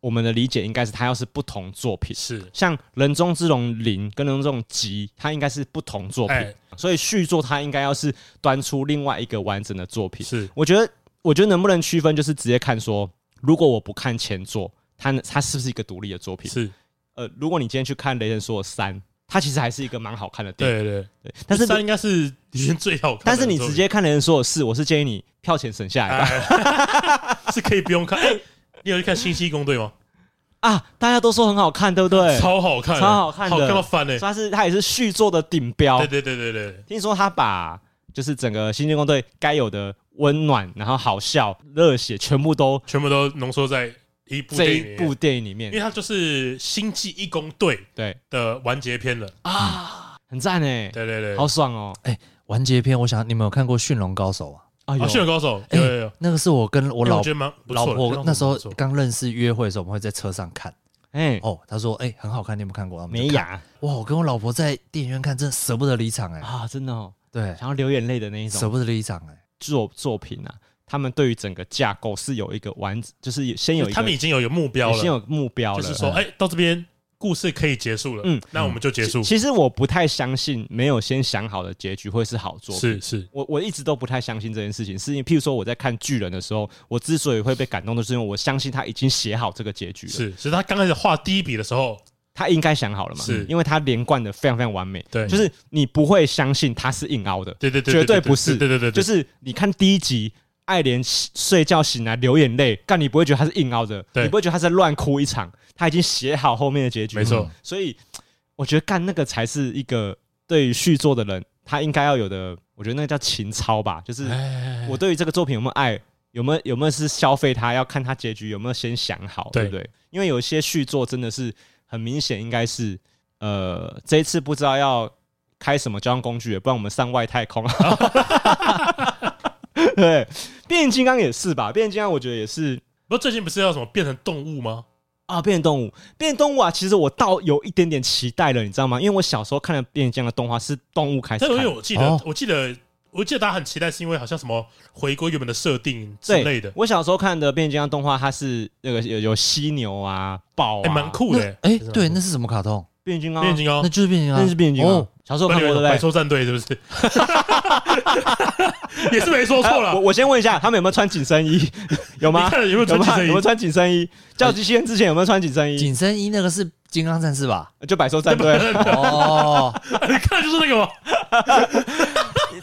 A: 我们的理解应该是它要是不同作品，
B: 是，
A: 像《人中之龙零》跟《人中之龙集》，它应该是不同作品，
B: 哎
A: 所以续作它应该要是端出另外一个完整的作品。
B: 是
A: 我觉得，我觉得能不能区分，就是直接看说，如果我不看前作，它它是不是一个独立的作品？
B: 是，
A: 呃，如果你今天去看《雷神索尔三》，它其实还是一个蛮好看的电影，
B: 对对。
A: 对，但是
B: 三应该是里面最好看的作品，啊
A: 但是你直接看《雷神索尔四》，我是建议你票钱省下来吧。
B: 是可以不用看。哎， <laughs> 你有去看《星际异攻队》吗？
A: 啊，大家都说很好看，对不对？
B: <laughs> 超好看的，
A: 超好看的
B: 好看到翻
A: 所以
B: 嘞！
A: 它是它也是续作的顶标
B: 对。对对对对对，
A: 听说他把就是整个新进攻队该有的温暖，然后好笑、热血，全部都
B: 全部都浓缩在一部
A: 这
B: 电
A: 一
B: 影里面
A: 部，电影里
B: 因为
A: 面，
B: 它就是《星际义工队》
A: 对，
B: 的完结篇了。
A: 很赞哎，
B: 对对对，
A: 啊好爽哦！
D: 完结篇，我想你们有看过《驯龙高手》啊？
A: 啊，
B: 哦，
A: 有
B: 《驯龙高手》
D: 哎
B: 有有有，
D: 那个是我跟我
B: 哎
D: 老
B: 觉得蛮不
D: 老
B: 错的。
D: 婆那时候
B: 不错
D: 刚认识约会的时候，我们会在车上看。
A: 哎，
D: 哦，他说：“哎，很好看，你有没有看过？”然后我们
A: 美
D: 就看
A: 雅
D: 哇！我跟我老婆在电影院看，真的舍不得离场哎、
A: 啊，真的哦，
D: 对，
A: 想要流眼泪的那一
D: 舍
A: 种
D: 不得离场哎、
A: 作作品啊，他们对于整个架构是有一个完，就是先有一个
B: 他们已经有一个目标了，
A: 先有目标了，呃
B: 就是说，哎、到这边故事可以结束了，嗯
A: 嗯，
B: 那我们就结束。
A: 其实我不太相信没有先想好的结局会是好作品。
B: 是是，
A: 我我一直都不太相信这件事情，是因为譬如说我在看巨人的时候，我之所以会被感动，就是因为我相信他已经写好这个结局了，
B: 是是，他刚开始画第一笔的时候，
A: 他应该想好了嘛，
B: 是
A: 因为他连贯的非常非常完美，
B: 对
A: 就是你不会相信他是硬凹的，
B: 对对对，
A: 绝对不是，
B: 对对对，
A: 就
B: 对
A: 是你看第一集。爱莲洗睡觉醒来流眼泪，但你不会觉得他是硬凹的，
B: 对
A: 你不会觉得他在乱哭一场，他已经写好后面的结局了，
B: 没错
A: 嗯所以我觉得干那个才是一个对于续作的人他应该要有的，我觉得那个叫情操吧，就是
B: 哎
A: 我对于这个作品有没有爱，有没有有没有是消费它，要看它结局有没有先想好，
B: 对
A: 对不对？因为有一些续作真的是很明显，应该是呃这一次不知道要开什么交通工具，不然我们上外太空。 <laughs> 对，变形金刚也是吧？变形金刚我觉得也是
B: 不过最近不是要什么变成动物吗？
A: 啊，变形动物，变形动物啊，其实我倒有一点点期待了，你知道吗？因为我小时候看的变形金刚的动画是动物开始
B: 但是因
A: 看
B: 为
A: 的，
B: 我记得
D: 哦，
B: 我记得，我记得大家很期待，是因为好像什么回归原本的设定之
A: 对
B: 类的，
A: 我小时候看的变形金刚动画，它是那个有有犀牛啊、豹
B: 哎，
A: 啊，
B: 蛮酷
D: 那
B: 的。哦
D: 哎、
B: 其实蛮
D: 对，
B: 酷
D: 那是什么卡通？
A: 变形金刚啊
B: 变形金刚
D: 那，就是变形金刚，
A: 那是变形金刚。啊
D: 哦
A: 小时候
B: 那
A: 看
B: 你
A: 过
B: 们
A: 对不
B: 白
A: 对？
B: 兽战队是不
A: <laughs>
B: 是？也是没说错
A: 哎
B: 了
A: 我，我先问一下，他们有没有穿紧身
B: <laughs>
A: 衣？有
B: 你
A: 吗？
B: 看了有没有
A: 有
B: 穿
A: 吗？
B: 紧
A: 有没有
B: 身衣？哎
A: 穿紧身衣？叫机器人之前有没有穿紧身衣？
D: 紧身衣那个是金刚战
A: <laughs>
D: 士吧？
A: 就百兽战队。
D: 哦，
B: 你看就是那个吗？
A: <laughs>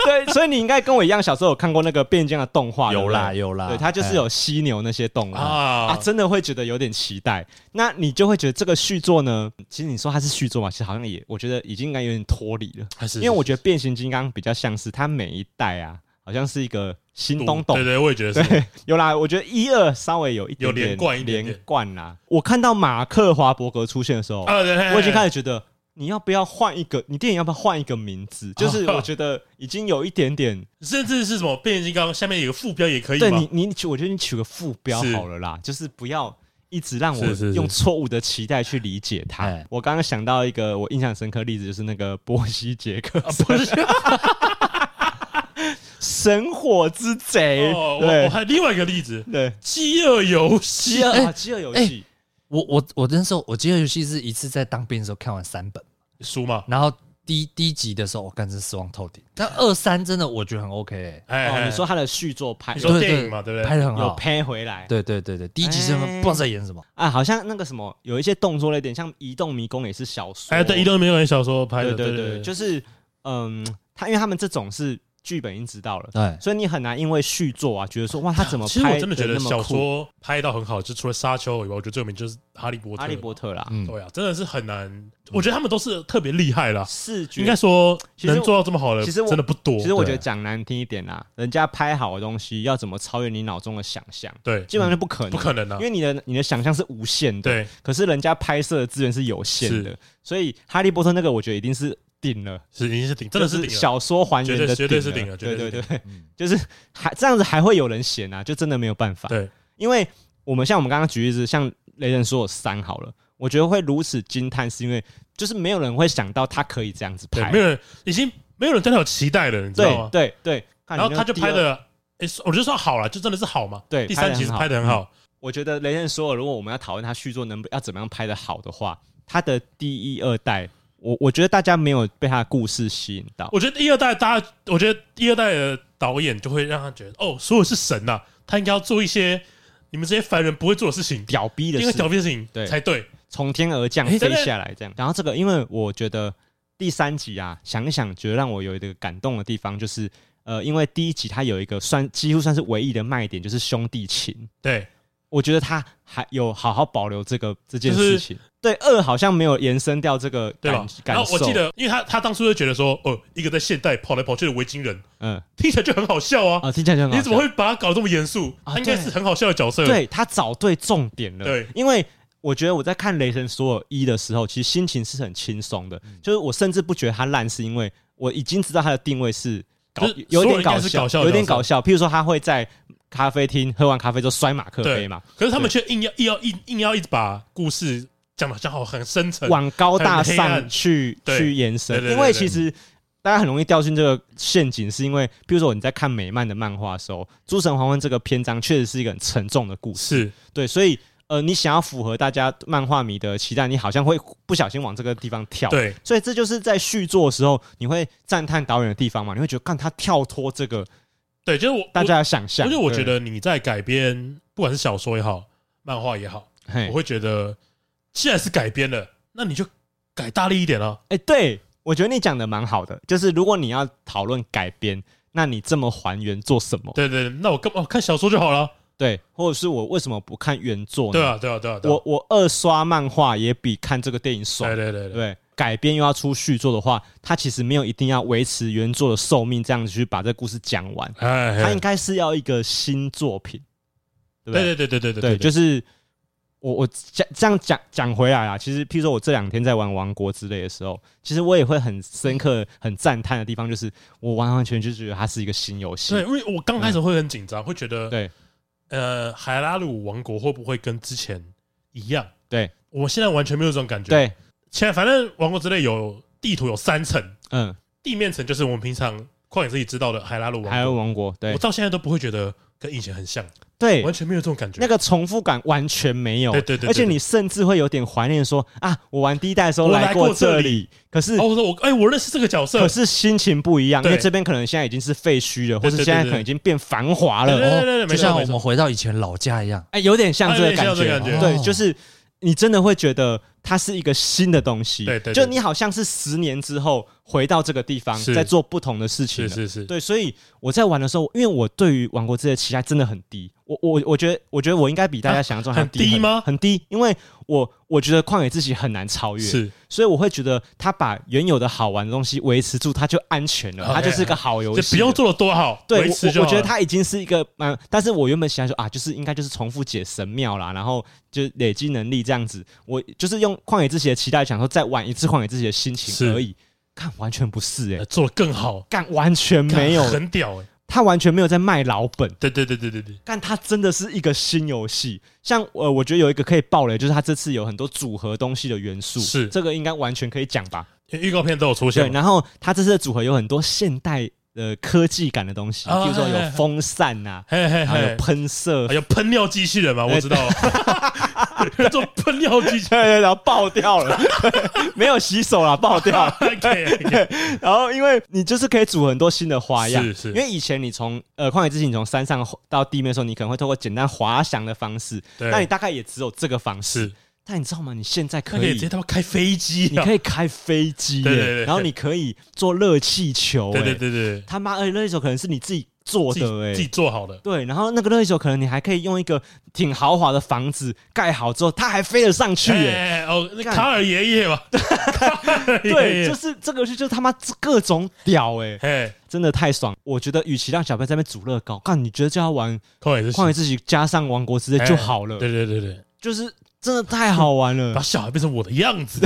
A: 对，所以你应该跟我一样，小时候有看过那个变形金刚的动画。
D: 有
A: 对不对
D: 啦有啦，
A: 对，它就是有犀牛那些动物啊。
B: 哎啊，
A: 真的会觉得有点期待，那你就会觉得这个续作呢，其实你说它是续作嘛，其实好像也，我觉得已经应该有点脱离了。
B: 还是
A: 因为我觉得变形金刚比较像是它每一代啊，好像是一个新东
B: 对
A: 东。
B: 对，我也觉得是。
A: 有啦，我觉得一二稍微有一点
B: 有连贯一点点
A: 连贯啦。我看到马克华伯格出现的时候，
B: 啊，对
A: 我已经开
B: 始
A: 始觉得你要不要换一个，你电影要不要换一个名
B: <laughs>
A: 字？就是我觉得已经有一点点，
B: 甚至是什么变形金刚下面有个副标也可以
A: 对
B: 吗
A: 你？你取，我觉得你取个副标
B: 是
A: 好了啦，就是不要。一直让我
B: 是是是
A: 用错误的期待去理解它
D: 哎。
A: 我刚刚想到一个我印象深刻的例子，就是那个波西·杰克森
B: 啊不是，
A: 神火之贼
B: 哦，》。我我
A: 对
B: 还有另外一个例子，
A: 对，
B: 饥饿游
A: 饥
B: 戏，
A: 饿
D: 哎
A: 啊，饥饿游
D: 哎
A: 戏
D: 我我我那时候我记得游戏是一次在当兵的时候看完三本，
B: 输
A: 哦
B: 嘛？
D: 然后第一第一集的时候我干真失望透顶，但二三真的我觉得很 OK，、欸、
B: 哎
A: 哦，
B: 哎，
A: 你说他的续作拍
B: 你
A: 有
B: 说
D: 对
B: 电影嘛对不对
D: 拍的很
A: 有
D: 好，
A: 拍回来，
D: 对对对对，第一集真的
A: 哎
D: 不知道在演什么，
A: 啊，好像那个什么，有一些动作类，有点像《移动迷宫》也是小说，
B: 哎哎，对，移动没有人小说拍
A: 哦对
B: 的，
A: 对
B: 对
A: 对，就是嗯，他因为他们这种是剧本已经知道了，
D: 对，
A: 所以你很难因为续作啊，觉得说哇他怎么
B: 其实我
A: 拍
B: 真的觉得
A: 那么
B: 小
A: 酷
B: 说拍到很好，就除了《沙丘》以外，我觉得最有名就是《哈利波特》。
A: 哈利波特啦，
D: 嗯，
B: 对啊，真的是很难。我觉得他们都是特别厉害啦，
A: 视觉
B: 应该说
A: 其实
B: 能做到这么好的，
A: 其实我
B: 真的不多
A: 其。实我觉得
D: 对
A: 讲难听一点啦，人家拍好的东西要怎么超越你脑中的想象，
B: 对，
A: 基本上就不可能，
B: 嗯不可能啊
A: 因。为你的你的想象是无限的，
B: 对，
A: 可是人家拍摄的资源是有限的，所以《哈利波特》那个我觉得一定是顶了，
B: 是已经是顶，真的是
A: 就
B: 顶
A: 是
B: 了。
A: 小说还原的
B: 绝对绝对是顶
A: 了，
B: 了
A: 对
B: 绝
A: 对
B: 对嗯
A: 对
B: 是，
A: 对 <laughs> 就是还这样子还会有人嫌啊，就真的没有办法，
B: 对，
A: 因为我们像我们刚刚举例子，像雷神说有三好了，我觉得会如此惊叹，是因为就是没有人会想到他可以这样子
B: 对，
A: 拍
B: 没，有人已经没有人对他有期待了，你知道
A: 对
B: 吗？
A: 对对，看
B: 然后
A: 你那
B: 他就
A: 第二
B: 拍的，诶我就说好了，就真的是好嘛。
A: 对
B: 第三集是
A: 拍
B: 拍
A: 得
B: 的
A: 很
B: 很
A: 好嗯
B: 好，
A: 我觉得雷神说，如果我们要讨论他续作能不要怎么样拍的好的话，他的第一二代，我我觉得大家没有被他的故事吸引到。
B: 我觉得第二代大家，我觉得第二代的导演就会让他觉得，哦，所有是神呐、他应该要做一些你们这些凡人不会做的事情，
A: 屌逼的
B: 因为
A: 是
B: 狡辩的事情
A: 对
B: 才对。
A: 从天而降
D: 诶
A: 飞
B: 真的
A: 下来这样。然后这个，因为我觉得第三集啊，想一想觉得让我有一个感动的地方，就是呃，因为第一集它有一个算几乎算是唯一的卖点，就是兄弟情。
B: 对，
A: 我觉得他还有好好保留这个这件
B: 就是
A: 事情。对二好像没有延伸掉这个
B: 对吧
A: 感？
B: 然
A: 感
B: 后
A: 受。
B: 我记，得，因为他他当初就觉得说，哦，一个在现代跑来跑去的维京人，
A: 嗯
B: 听起来就很好笑啊。
A: 啊，听起来就很好
B: 你怎么
A: 笑
B: 会把他搞得这么严肃？
A: 啊
B: 他应该
A: 对
B: 是很好笑的角色。
A: 对他找对重点了。
B: 对
A: 因为我觉得我在看《雷神索尔一》的时候，其实心情是很轻松的，
B: 嗯
A: 就是我甚至不觉得它烂，是因为我已经知道它的定位是搞
B: 就是
A: 有
B: 索尔
A: 点
B: 应该
A: 搞
B: 是
A: 笑，
B: 搞笑的
A: 有点
B: 角色
A: 搞笑。譬如说，他会在咖啡厅喝完咖啡之后摔马克杯
B: 对
A: 嘛，
B: 可是他们却硬要硬要硬硬要一直把故事讲的讲好很深沉。
A: 往高大
B: 很黑
A: 上
B: 暗
A: 去
B: 对
A: 去延伸
B: 对，对
A: 因为
B: 对对
A: 其实。大家很容易掉进这个陷阱，是因为比如说你在看美漫的漫画的时候，《诸神黄昏》这个篇章确实是一个很沉重的故事，
B: 是
A: 对，所以呃，你想要符合大家漫画迷的期待，你好像会不小心往这个地方跳。，
B: 对，
A: 所以这就是在续作的时候，你会赞叹导演的地方嘛？你会觉得，看他跳脱这个
B: 对，就是我
A: 大家的想象。
B: 因为我觉
A: 对，
B: 得你在改编，不管是小说也好，漫画也好，
A: 嘿
B: 我会觉得，既然是改编了，那你就改大力一点啊。
A: 哎、对我觉得你讲的蛮好的，就是如果你要讨论改编，那你这么还原做什么？
B: 对对，对那我干嘛看小说就好了？
A: 对，或者是我为什么不看原作呢？
B: 对啊，对啊，对啊，对啊
A: 我我二刷漫画也比看这个电影爽
B: 对。对对对，
A: 对，改编又要出续作的话，它其实没有一定要维持原作的寿命，这样子去把这个故事讲完，
B: 哎，
A: 它
B: 哎
A: 应该是要一个新作品，对不
B: 对对对对对
A: 对，就是是我我讲这样讲讲回来啦，啊其实譬如说我这两天在玩《王国》之类的时候，其实我也会很深刻、很赞叹的地方，就是我完完全全就觉得它是一个新游戏
B: 对，。因为我刚开始会很紧张，会觉得，
A: 对
B: 呃，海拉鲁王国会不会跟之前一样？
A: 对
B: 我现在完全没有这种感觉。，
A: 对，
B: 现在反正王国之泪有地图有三层，
A: 嗯，
B: 地面层就是我们平常旷野自己知道的海拉鲁
A: 还
B: 王
A: 有《
B: 国，
A: 王国》对
B: 我到现在都不会觉得跟以前很像。
A: 对，
B: 完全没有这种感觉。
A: 那个重复感完全没有，
B: 对对对对
A: 而且你甚至会有点怀念说啊，我玩第一代的时候
B: 我来过
A: 过
B: 这
A: 里，可是、
B: 哦，我说我哎、我认识这个角色，
A: 可是心情不一样，因为
B: 对
A: 这边可能现在已经是废墟了，或
B: 对
A: 是
B: 对
A: 现在
B: 对对
A: 可能已经变繁华了，
B: 对对对
A: 哦
B: 对对，
D: 就
B: 没
D: 像
B: 错
D: 我
B: 没
D: 们
B: 错，
D: 回到以前老家一样，
A: 哎、有点像这个
B: 哎
A: 感
B: 有点像这
A: 觉，
B: 个感
D: 觉
A: 对，
D: 哦
A: 就是你真的会觉得它是一个新的东西，
B: 对对对
A: 就你好像是十年之后回到这个地方，
B: 是
A: 在做不同的事情
B: 是
A: 了，
B: 是是，
A: 对，所以我在玩的时候，因为我对于《王国之泪》的期待真的很低，我我我觉得，我觉得我应该比大家想象中还
B: 啊很低吗
A: 很低，因为我我觉得旷野之息很难超越，
B: 是
A: 所以我会觉得他把原有的好玩的东西维持住，它就安全了，
B: OK，
A: 它就是一个好游
B: 哦哎就
A: 戏，
B: 不用。做的多好，
A: 对，
B: 维
A: 我
B: 持
A: 我
B: 就
A: 我
B: 好
A: 觉得
B: 了
A: 它已经是一个蛮，但是我原本想说啊，就是应该就是重复解神庙啦，然后就累积能力这样子。我就是用旷野之息的期待，想说再玩一次旷野之息的心情
B: 是
A: 而已。看，完全不是哎、
B: 呃做的更好，
A: 干完全没
B: <laughs>
A: 有，
B: 很屌哎，
A: 他完全没有在卖老本，
B: 对对对对对对，
A: 但他真的是一个新游戏。像呃，我觉得有一个可以爆雷，就是他这次有很多组合东西的元素，
B: 是
A: 这个应该完全可以讲吧？
B: 因为预告片都有出
A: 对，
B: 现嘛，
A: 然后他这次的组合有很多现代的科技感的东西，
B: 啊
A: 比如说
B: 嘿嘿
A: 有
B: 嘿
A: 风扇呐、
B: 嘿嘿哎
A: 啊，还有
B: 嘿，
A: 啊喷射
B: 还，有喷尿机器人嘛，我知道，
A: <laughs>
B: 做喷尿机 <laughs> 器
A: 对对，然后爆掉了， <laughs> 没有洗手啦，爆掉
B: <laughs>
A: 了。
B: 人，OK，OK，
A: 然后，因为你就是可以组很多新的花样，
B: 是是
A: 因为以前你从呃旷野之心，你从山上到地面的时候，你可能会透过简单滑翔的方式，
B: 对
A: 那你大概也只有这个方式。
B: 是
A: 但你知道吗？你现在
B: 那
A: 可
B: 可以
A: 以
B: 直接他妈开飞机
A: 你
B: 啊，
A: 可以开飞机耶，
B: 对对对对
A: 然后你可以做热气球，
B: 对
A: 哎
B: 对对对，
A: 他妈，而且热气球可能是你自己做
B: 自己
A: 的，哎，
B: 自己做好的，
A: 对，然后那个热气球可能你还可以用一个挺豪华的房子盖好之后，它还飞得上去耶。
B: 哎哦，那
A: 干
B: 卡尔爷爷 <laughs> 吧，卡尔爷
A: 对，就
B: 爷，
A: 是这个就就他妈各种屌哎、
B: 哎，
A: 真的太爽！我觉得与其让小朋友在那边煮乐高，干你觉得叫他玩
B: 旷野之
A: 《
B: 息
A: 旷野之息》加上《王国之泪》就好了，
B: 哎
A: 嗯
B: 对对对对，
A: 就是真的太好玩了
B: 把。小孩变成我的
A: <laughs>
B: 样子，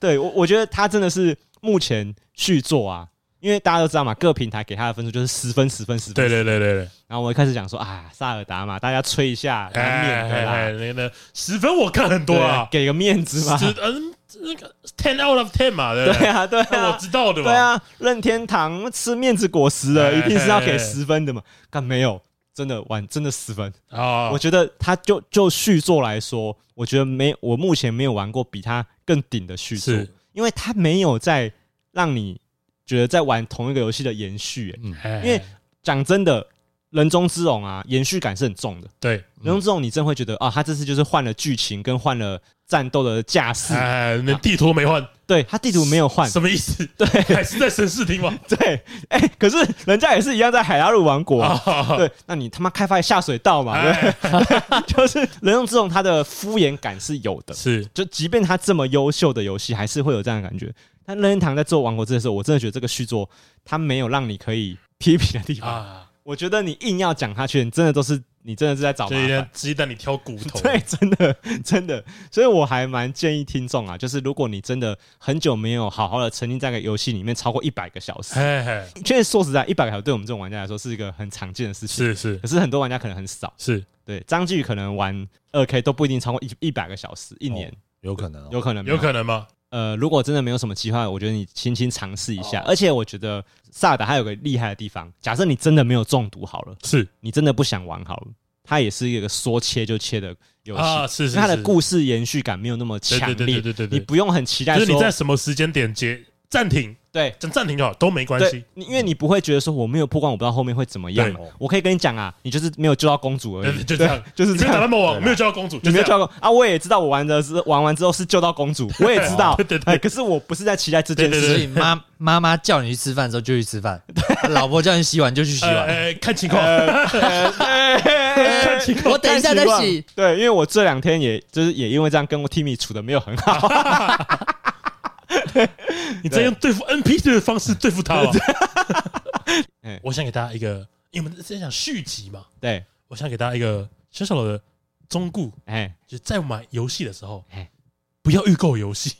A: 对我，我觉得他真的是目前续作啊，因为大家都知道嘛，各平台给他的分数就是十分、十分、十分。
B: 对对对对对，
A: 然后我一开始讲说啊，萨尔达嘛，大家吹一下，难免的
B: 哎
A: 啦，
B: 哎，那个十分我看很多
A: 对
B: 啊，
A: 给个面子嘛。
B: 十嗯那个 ten out of ten 嘛，对不
A: <laughs> 对
B: 对？
A: 啊，对
B: 那我
A: 啊，
B: 知道的嘛，
A: 对啊，任天堂吃面子果实的，
B: 哎
A: 一定是要给
B: 哎
A: 十分的嘛。干没有，真的玩真的十分。
B: 啊，
A: 我觉得他就就续作来说，我觉得没我目前没有玩过比他更顶的续作
B: 是，
A: 因为他没有在让你觉得在玩同一个游戏的延续、欸。
B: 哎
A: 因为讲真的，人中之龙啊，延续感是很重的。
B: 对，
A: 人中之龙，你真会觉得啊，他这次就是换了剧情跟换了战斗的架势，
B: 哎，那地图没换，
A: 对他地图没有 <laughs> 换，
B: 什么意思？对，还是在神视啊厅嘛？
A: 对，哎、可是人家也是一样在海拉鲁王国、啊。
B: 啊，
A: 对，那你他妈开发下水道嘛？对
B: 哎
A: 不对， <laughs> 就是人中之龙，它的敷衍感是有的。
B: 是
A: 就即便它这么优秀的游戏，还是会有这样的感觉。但任天堂在做《王国之泪》的时候，我真的觉得这个续作它没有让你可以批评的地方。
B: 啊，
A: 我觉得你硬要讲下去，你真的都是你真的是在找
B: 就
A: 麻
B: 有
A: 烦
B: 点。鸡蛋里挑骨
A: <laughs>
B: 头，
A: 对，真的真的，所以我还蛮建议听众啊，就是如果你真的很久没有好好的沉浸在一个游戏里面超过一百个小时，
B: 哎，哎
A: 确实说实在，一百个小时对我们这种玩家来说是一个很常见的事情。
B: 是是
A: 可是很多玩家可能很少，
B: 是，
A: 对张继宇可能玩二 K 都不一定超过一一百个小时，一年、
D: 有可能哦
A: 有可能没
B: 有可能吗？
A: 呃，如果真的没有什么计划，我觉得你轻轻尝试一
B: 哦
A: 下。而且我觉得萨尔达还有个厉害的地方，假设你真的没有中毒好了，
B: 是
A: 你真的不想玩好了，它也是一个说切就切的游戏，
B: 啊，是
A: 因为
B: 是，
A: 它的
B: 是
A: 故事延续感没有那么
B: 对
A: 强烈，
B: 对对对对对
A: 你不用很期待说
B: 就是你在什么时间点结暂停，
A: 对。
B: 讲暂停就好，都没关
A: 对
B: 系。，
A: 你因为你不会觉得说我没有破关，我不知道后面会怎么样
B: 对。
A: 我可以跟你讲啊，你就是没有救到公主而
B: 对
A: <laughs> 已，
B: 就这样
A: 对，就是
B: 你
A: 这
B: 没有打
A: 样
B: 那。么网，
D: 对啊
B: 没有叫公主，
A: 你
B: 就
A: 没
B: 这
A: 有救
B: 样。
A: 到公啊，我也知道我玩的是玩完之后是救到公主，我也知道
B: <laughs> ，对对对
A: 哎可是我不是在期待这件
B: 对对
A: 事
D: 所
B: 对
A: 情。
D: 以妈 <laughs> 妈妈叫你去吃饭的时候就去吃饭，老婆叫你洗碗就去洗
B: 呃
A: 啊
D: 碗。
B: 呃，看情况，看
A: <laughs>
B: 情况
D: 我等一下再
A: 看情
D: 洗。
A: 况。对，因为我这两天也就是也因为这样跟我 Timmy 处的没有很好，
B: <laughs> 你在用对付 NPC 的方式对
A: <laughs>
B: 付他吗啊
A: 哎？
B: <laughs> 我想给大家一个，因为我们之前讲续集嘛，
A: 对，
B: 我想给大家一个小小的忠告， <laughs>
A: 哎，
B: 就是在买游戏的时候
A: 哎，
B: 不要预购游戏。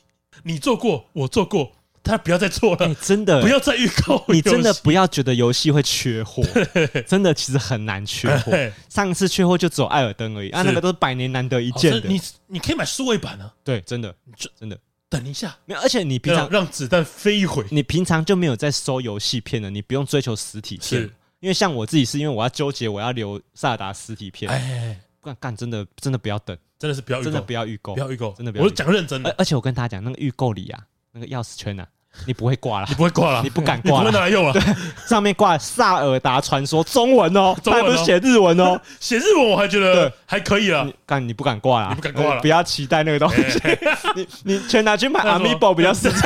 B: 你做过，我做过，他不要再做
A: 哎
B: 了，
A: 真的，
B: 不要再预购。
A: 你真的不要觉得游戏会缺
B: <laughs>
A: 货，真的其实很难缺货。
B: 哎
A: 上次缺货就只有艾尔登而已，啊，
B: 是
A: 那个都是百年难得一
B: 好
A: 见
B: 所
A: 的
B: 以。你你可以买数位版啊，
A: 对，真的
B: 这，
A: 真的
B: 等一下，
A: 没有，而且你平
B: 让
A: 常
B: 让子弹飞一回。
A: 你平常就没有在收游戏片的，你不用追求实体片
B: 是。
A: 因为像我自己是因为我要纠结我要留萨尔达实体片，
B: 哎，
A: 干干真的真的不要等，
B: 真的是不要预
A: 真的
B: 购
A: 不，要预购呃
B: 不，要预购，
A: 真的不要
B: 我是讲认真
A: 而
B: 的，
A: 而且我跟大家讲，那个预购里啊，那个钥匙圈啊， <laughs> 你不会挂啦
B: 你，不会挂了，
A: <laughs> 你不敢
B: 你不
A: 挂
B: 会拿
A: 啦，
B: 来用啊。
A: 上面挂《萨尔达传说》中文哦，
B: 中文
A: 它
B: 哦
A: 不是写日文
B: <laughs>
A: 哦，
B: 写日文我还觉得
A: 对
B: 还可以啊
A: 你，干你不敢挂啦，
B: 你不敢挂啦
A: 呃不要期待那个
B: <laughs>
A: 东西，你你全拿去买
B: 那什么
A: Amiibo 比较实际，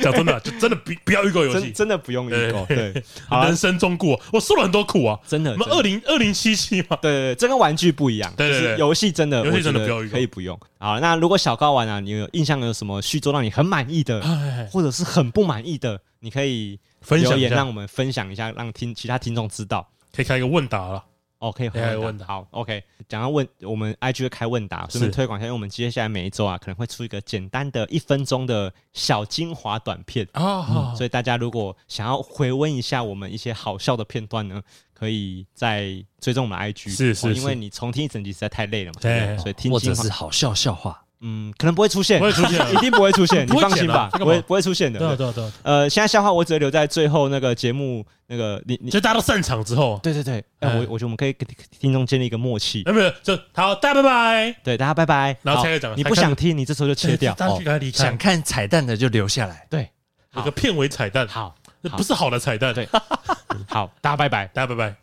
B: 讲真的，就真的不不要预购
A: <laughs>
B: 游
A: 真
B: 戏，
A: 真的不用预购，
B: 对
A: 对，好啊
B: <laughs> 人，生中过，我受了很多苦啊。
A: 真的
B: 我，们
A: 真
B: 二
A: 的
B: 零二零七七嘛，
A: 对对对，这跟玩具不一样，
B: 对对
A: 就
B: 对
A: 是游戏真的，
B: 游戏
A: 我觉
B: 真的
A: 得
B: 不要预购
A: 可以不用。好，那如果小高玩啊，你有印象有什么续作让你很满意的，
B: 哎，
A: 或者是很不满意的，你可以
B: 分享
A: 留
B: 一
A: 言让
B: 下，
A: 我们分享一下，让听其他听众知道。
B: 可以开一个问答了。
A: 哦，可以回
B: 哎
A: 问
B: 问
A: 答。
B: 答
A: 好，OK。讲到问，我们 IG 会开问答，顺便推广一下，因为我们接下来每一周啊，可能会出一个简单的一分钟的小精华短片。
B: 啊
A: 所以大家如果想要回温一下我们一些好笑的片段呢，可以在追踪我们的 IG，
B: 是是
A: 哦
B: 是哎
A: 因为你重听一整集实在太累了嘛，
B: 对
A: 对不对所以听
D: 或
A: 精
D: 者
A: 华
D: 是好笑笑话，
A: 嗯，可能不会出现，
B: 不会出现啊
A: <laughs> 一定不会出现，你
B: 不会
A: 放心
B: 剪啊
A: 吧，
B: 这个
A: 不会
B: 嘛
A: 不会出现的。
B: 对
A: 对
B: 啊对啊对啊，
A: 呃，现在笑话我只会留在最后那个节目那个你你
B: 就大家都散场之后，
A: 对对对，哎
B: 嗯
A: 我我觉得我们可以给听众建立一个默契，
B: 有没有？就好，大家拜拜。
A: 对，大家拜拜。
B: 然后
A: 好
B: 下一个讲
A: 你不想听，你这时候就切
B: <laughs>
A: 掉。哦
B: 大家去赶快离
D: 想
B: 开。
D: 看彩蛋的就留下来。
A: 对，
B: 有个片尾彩蛋，
A: 好，
B: 那不是好的彩蛋。
A: 对好，大家拜拜。
B: 大家拜拜。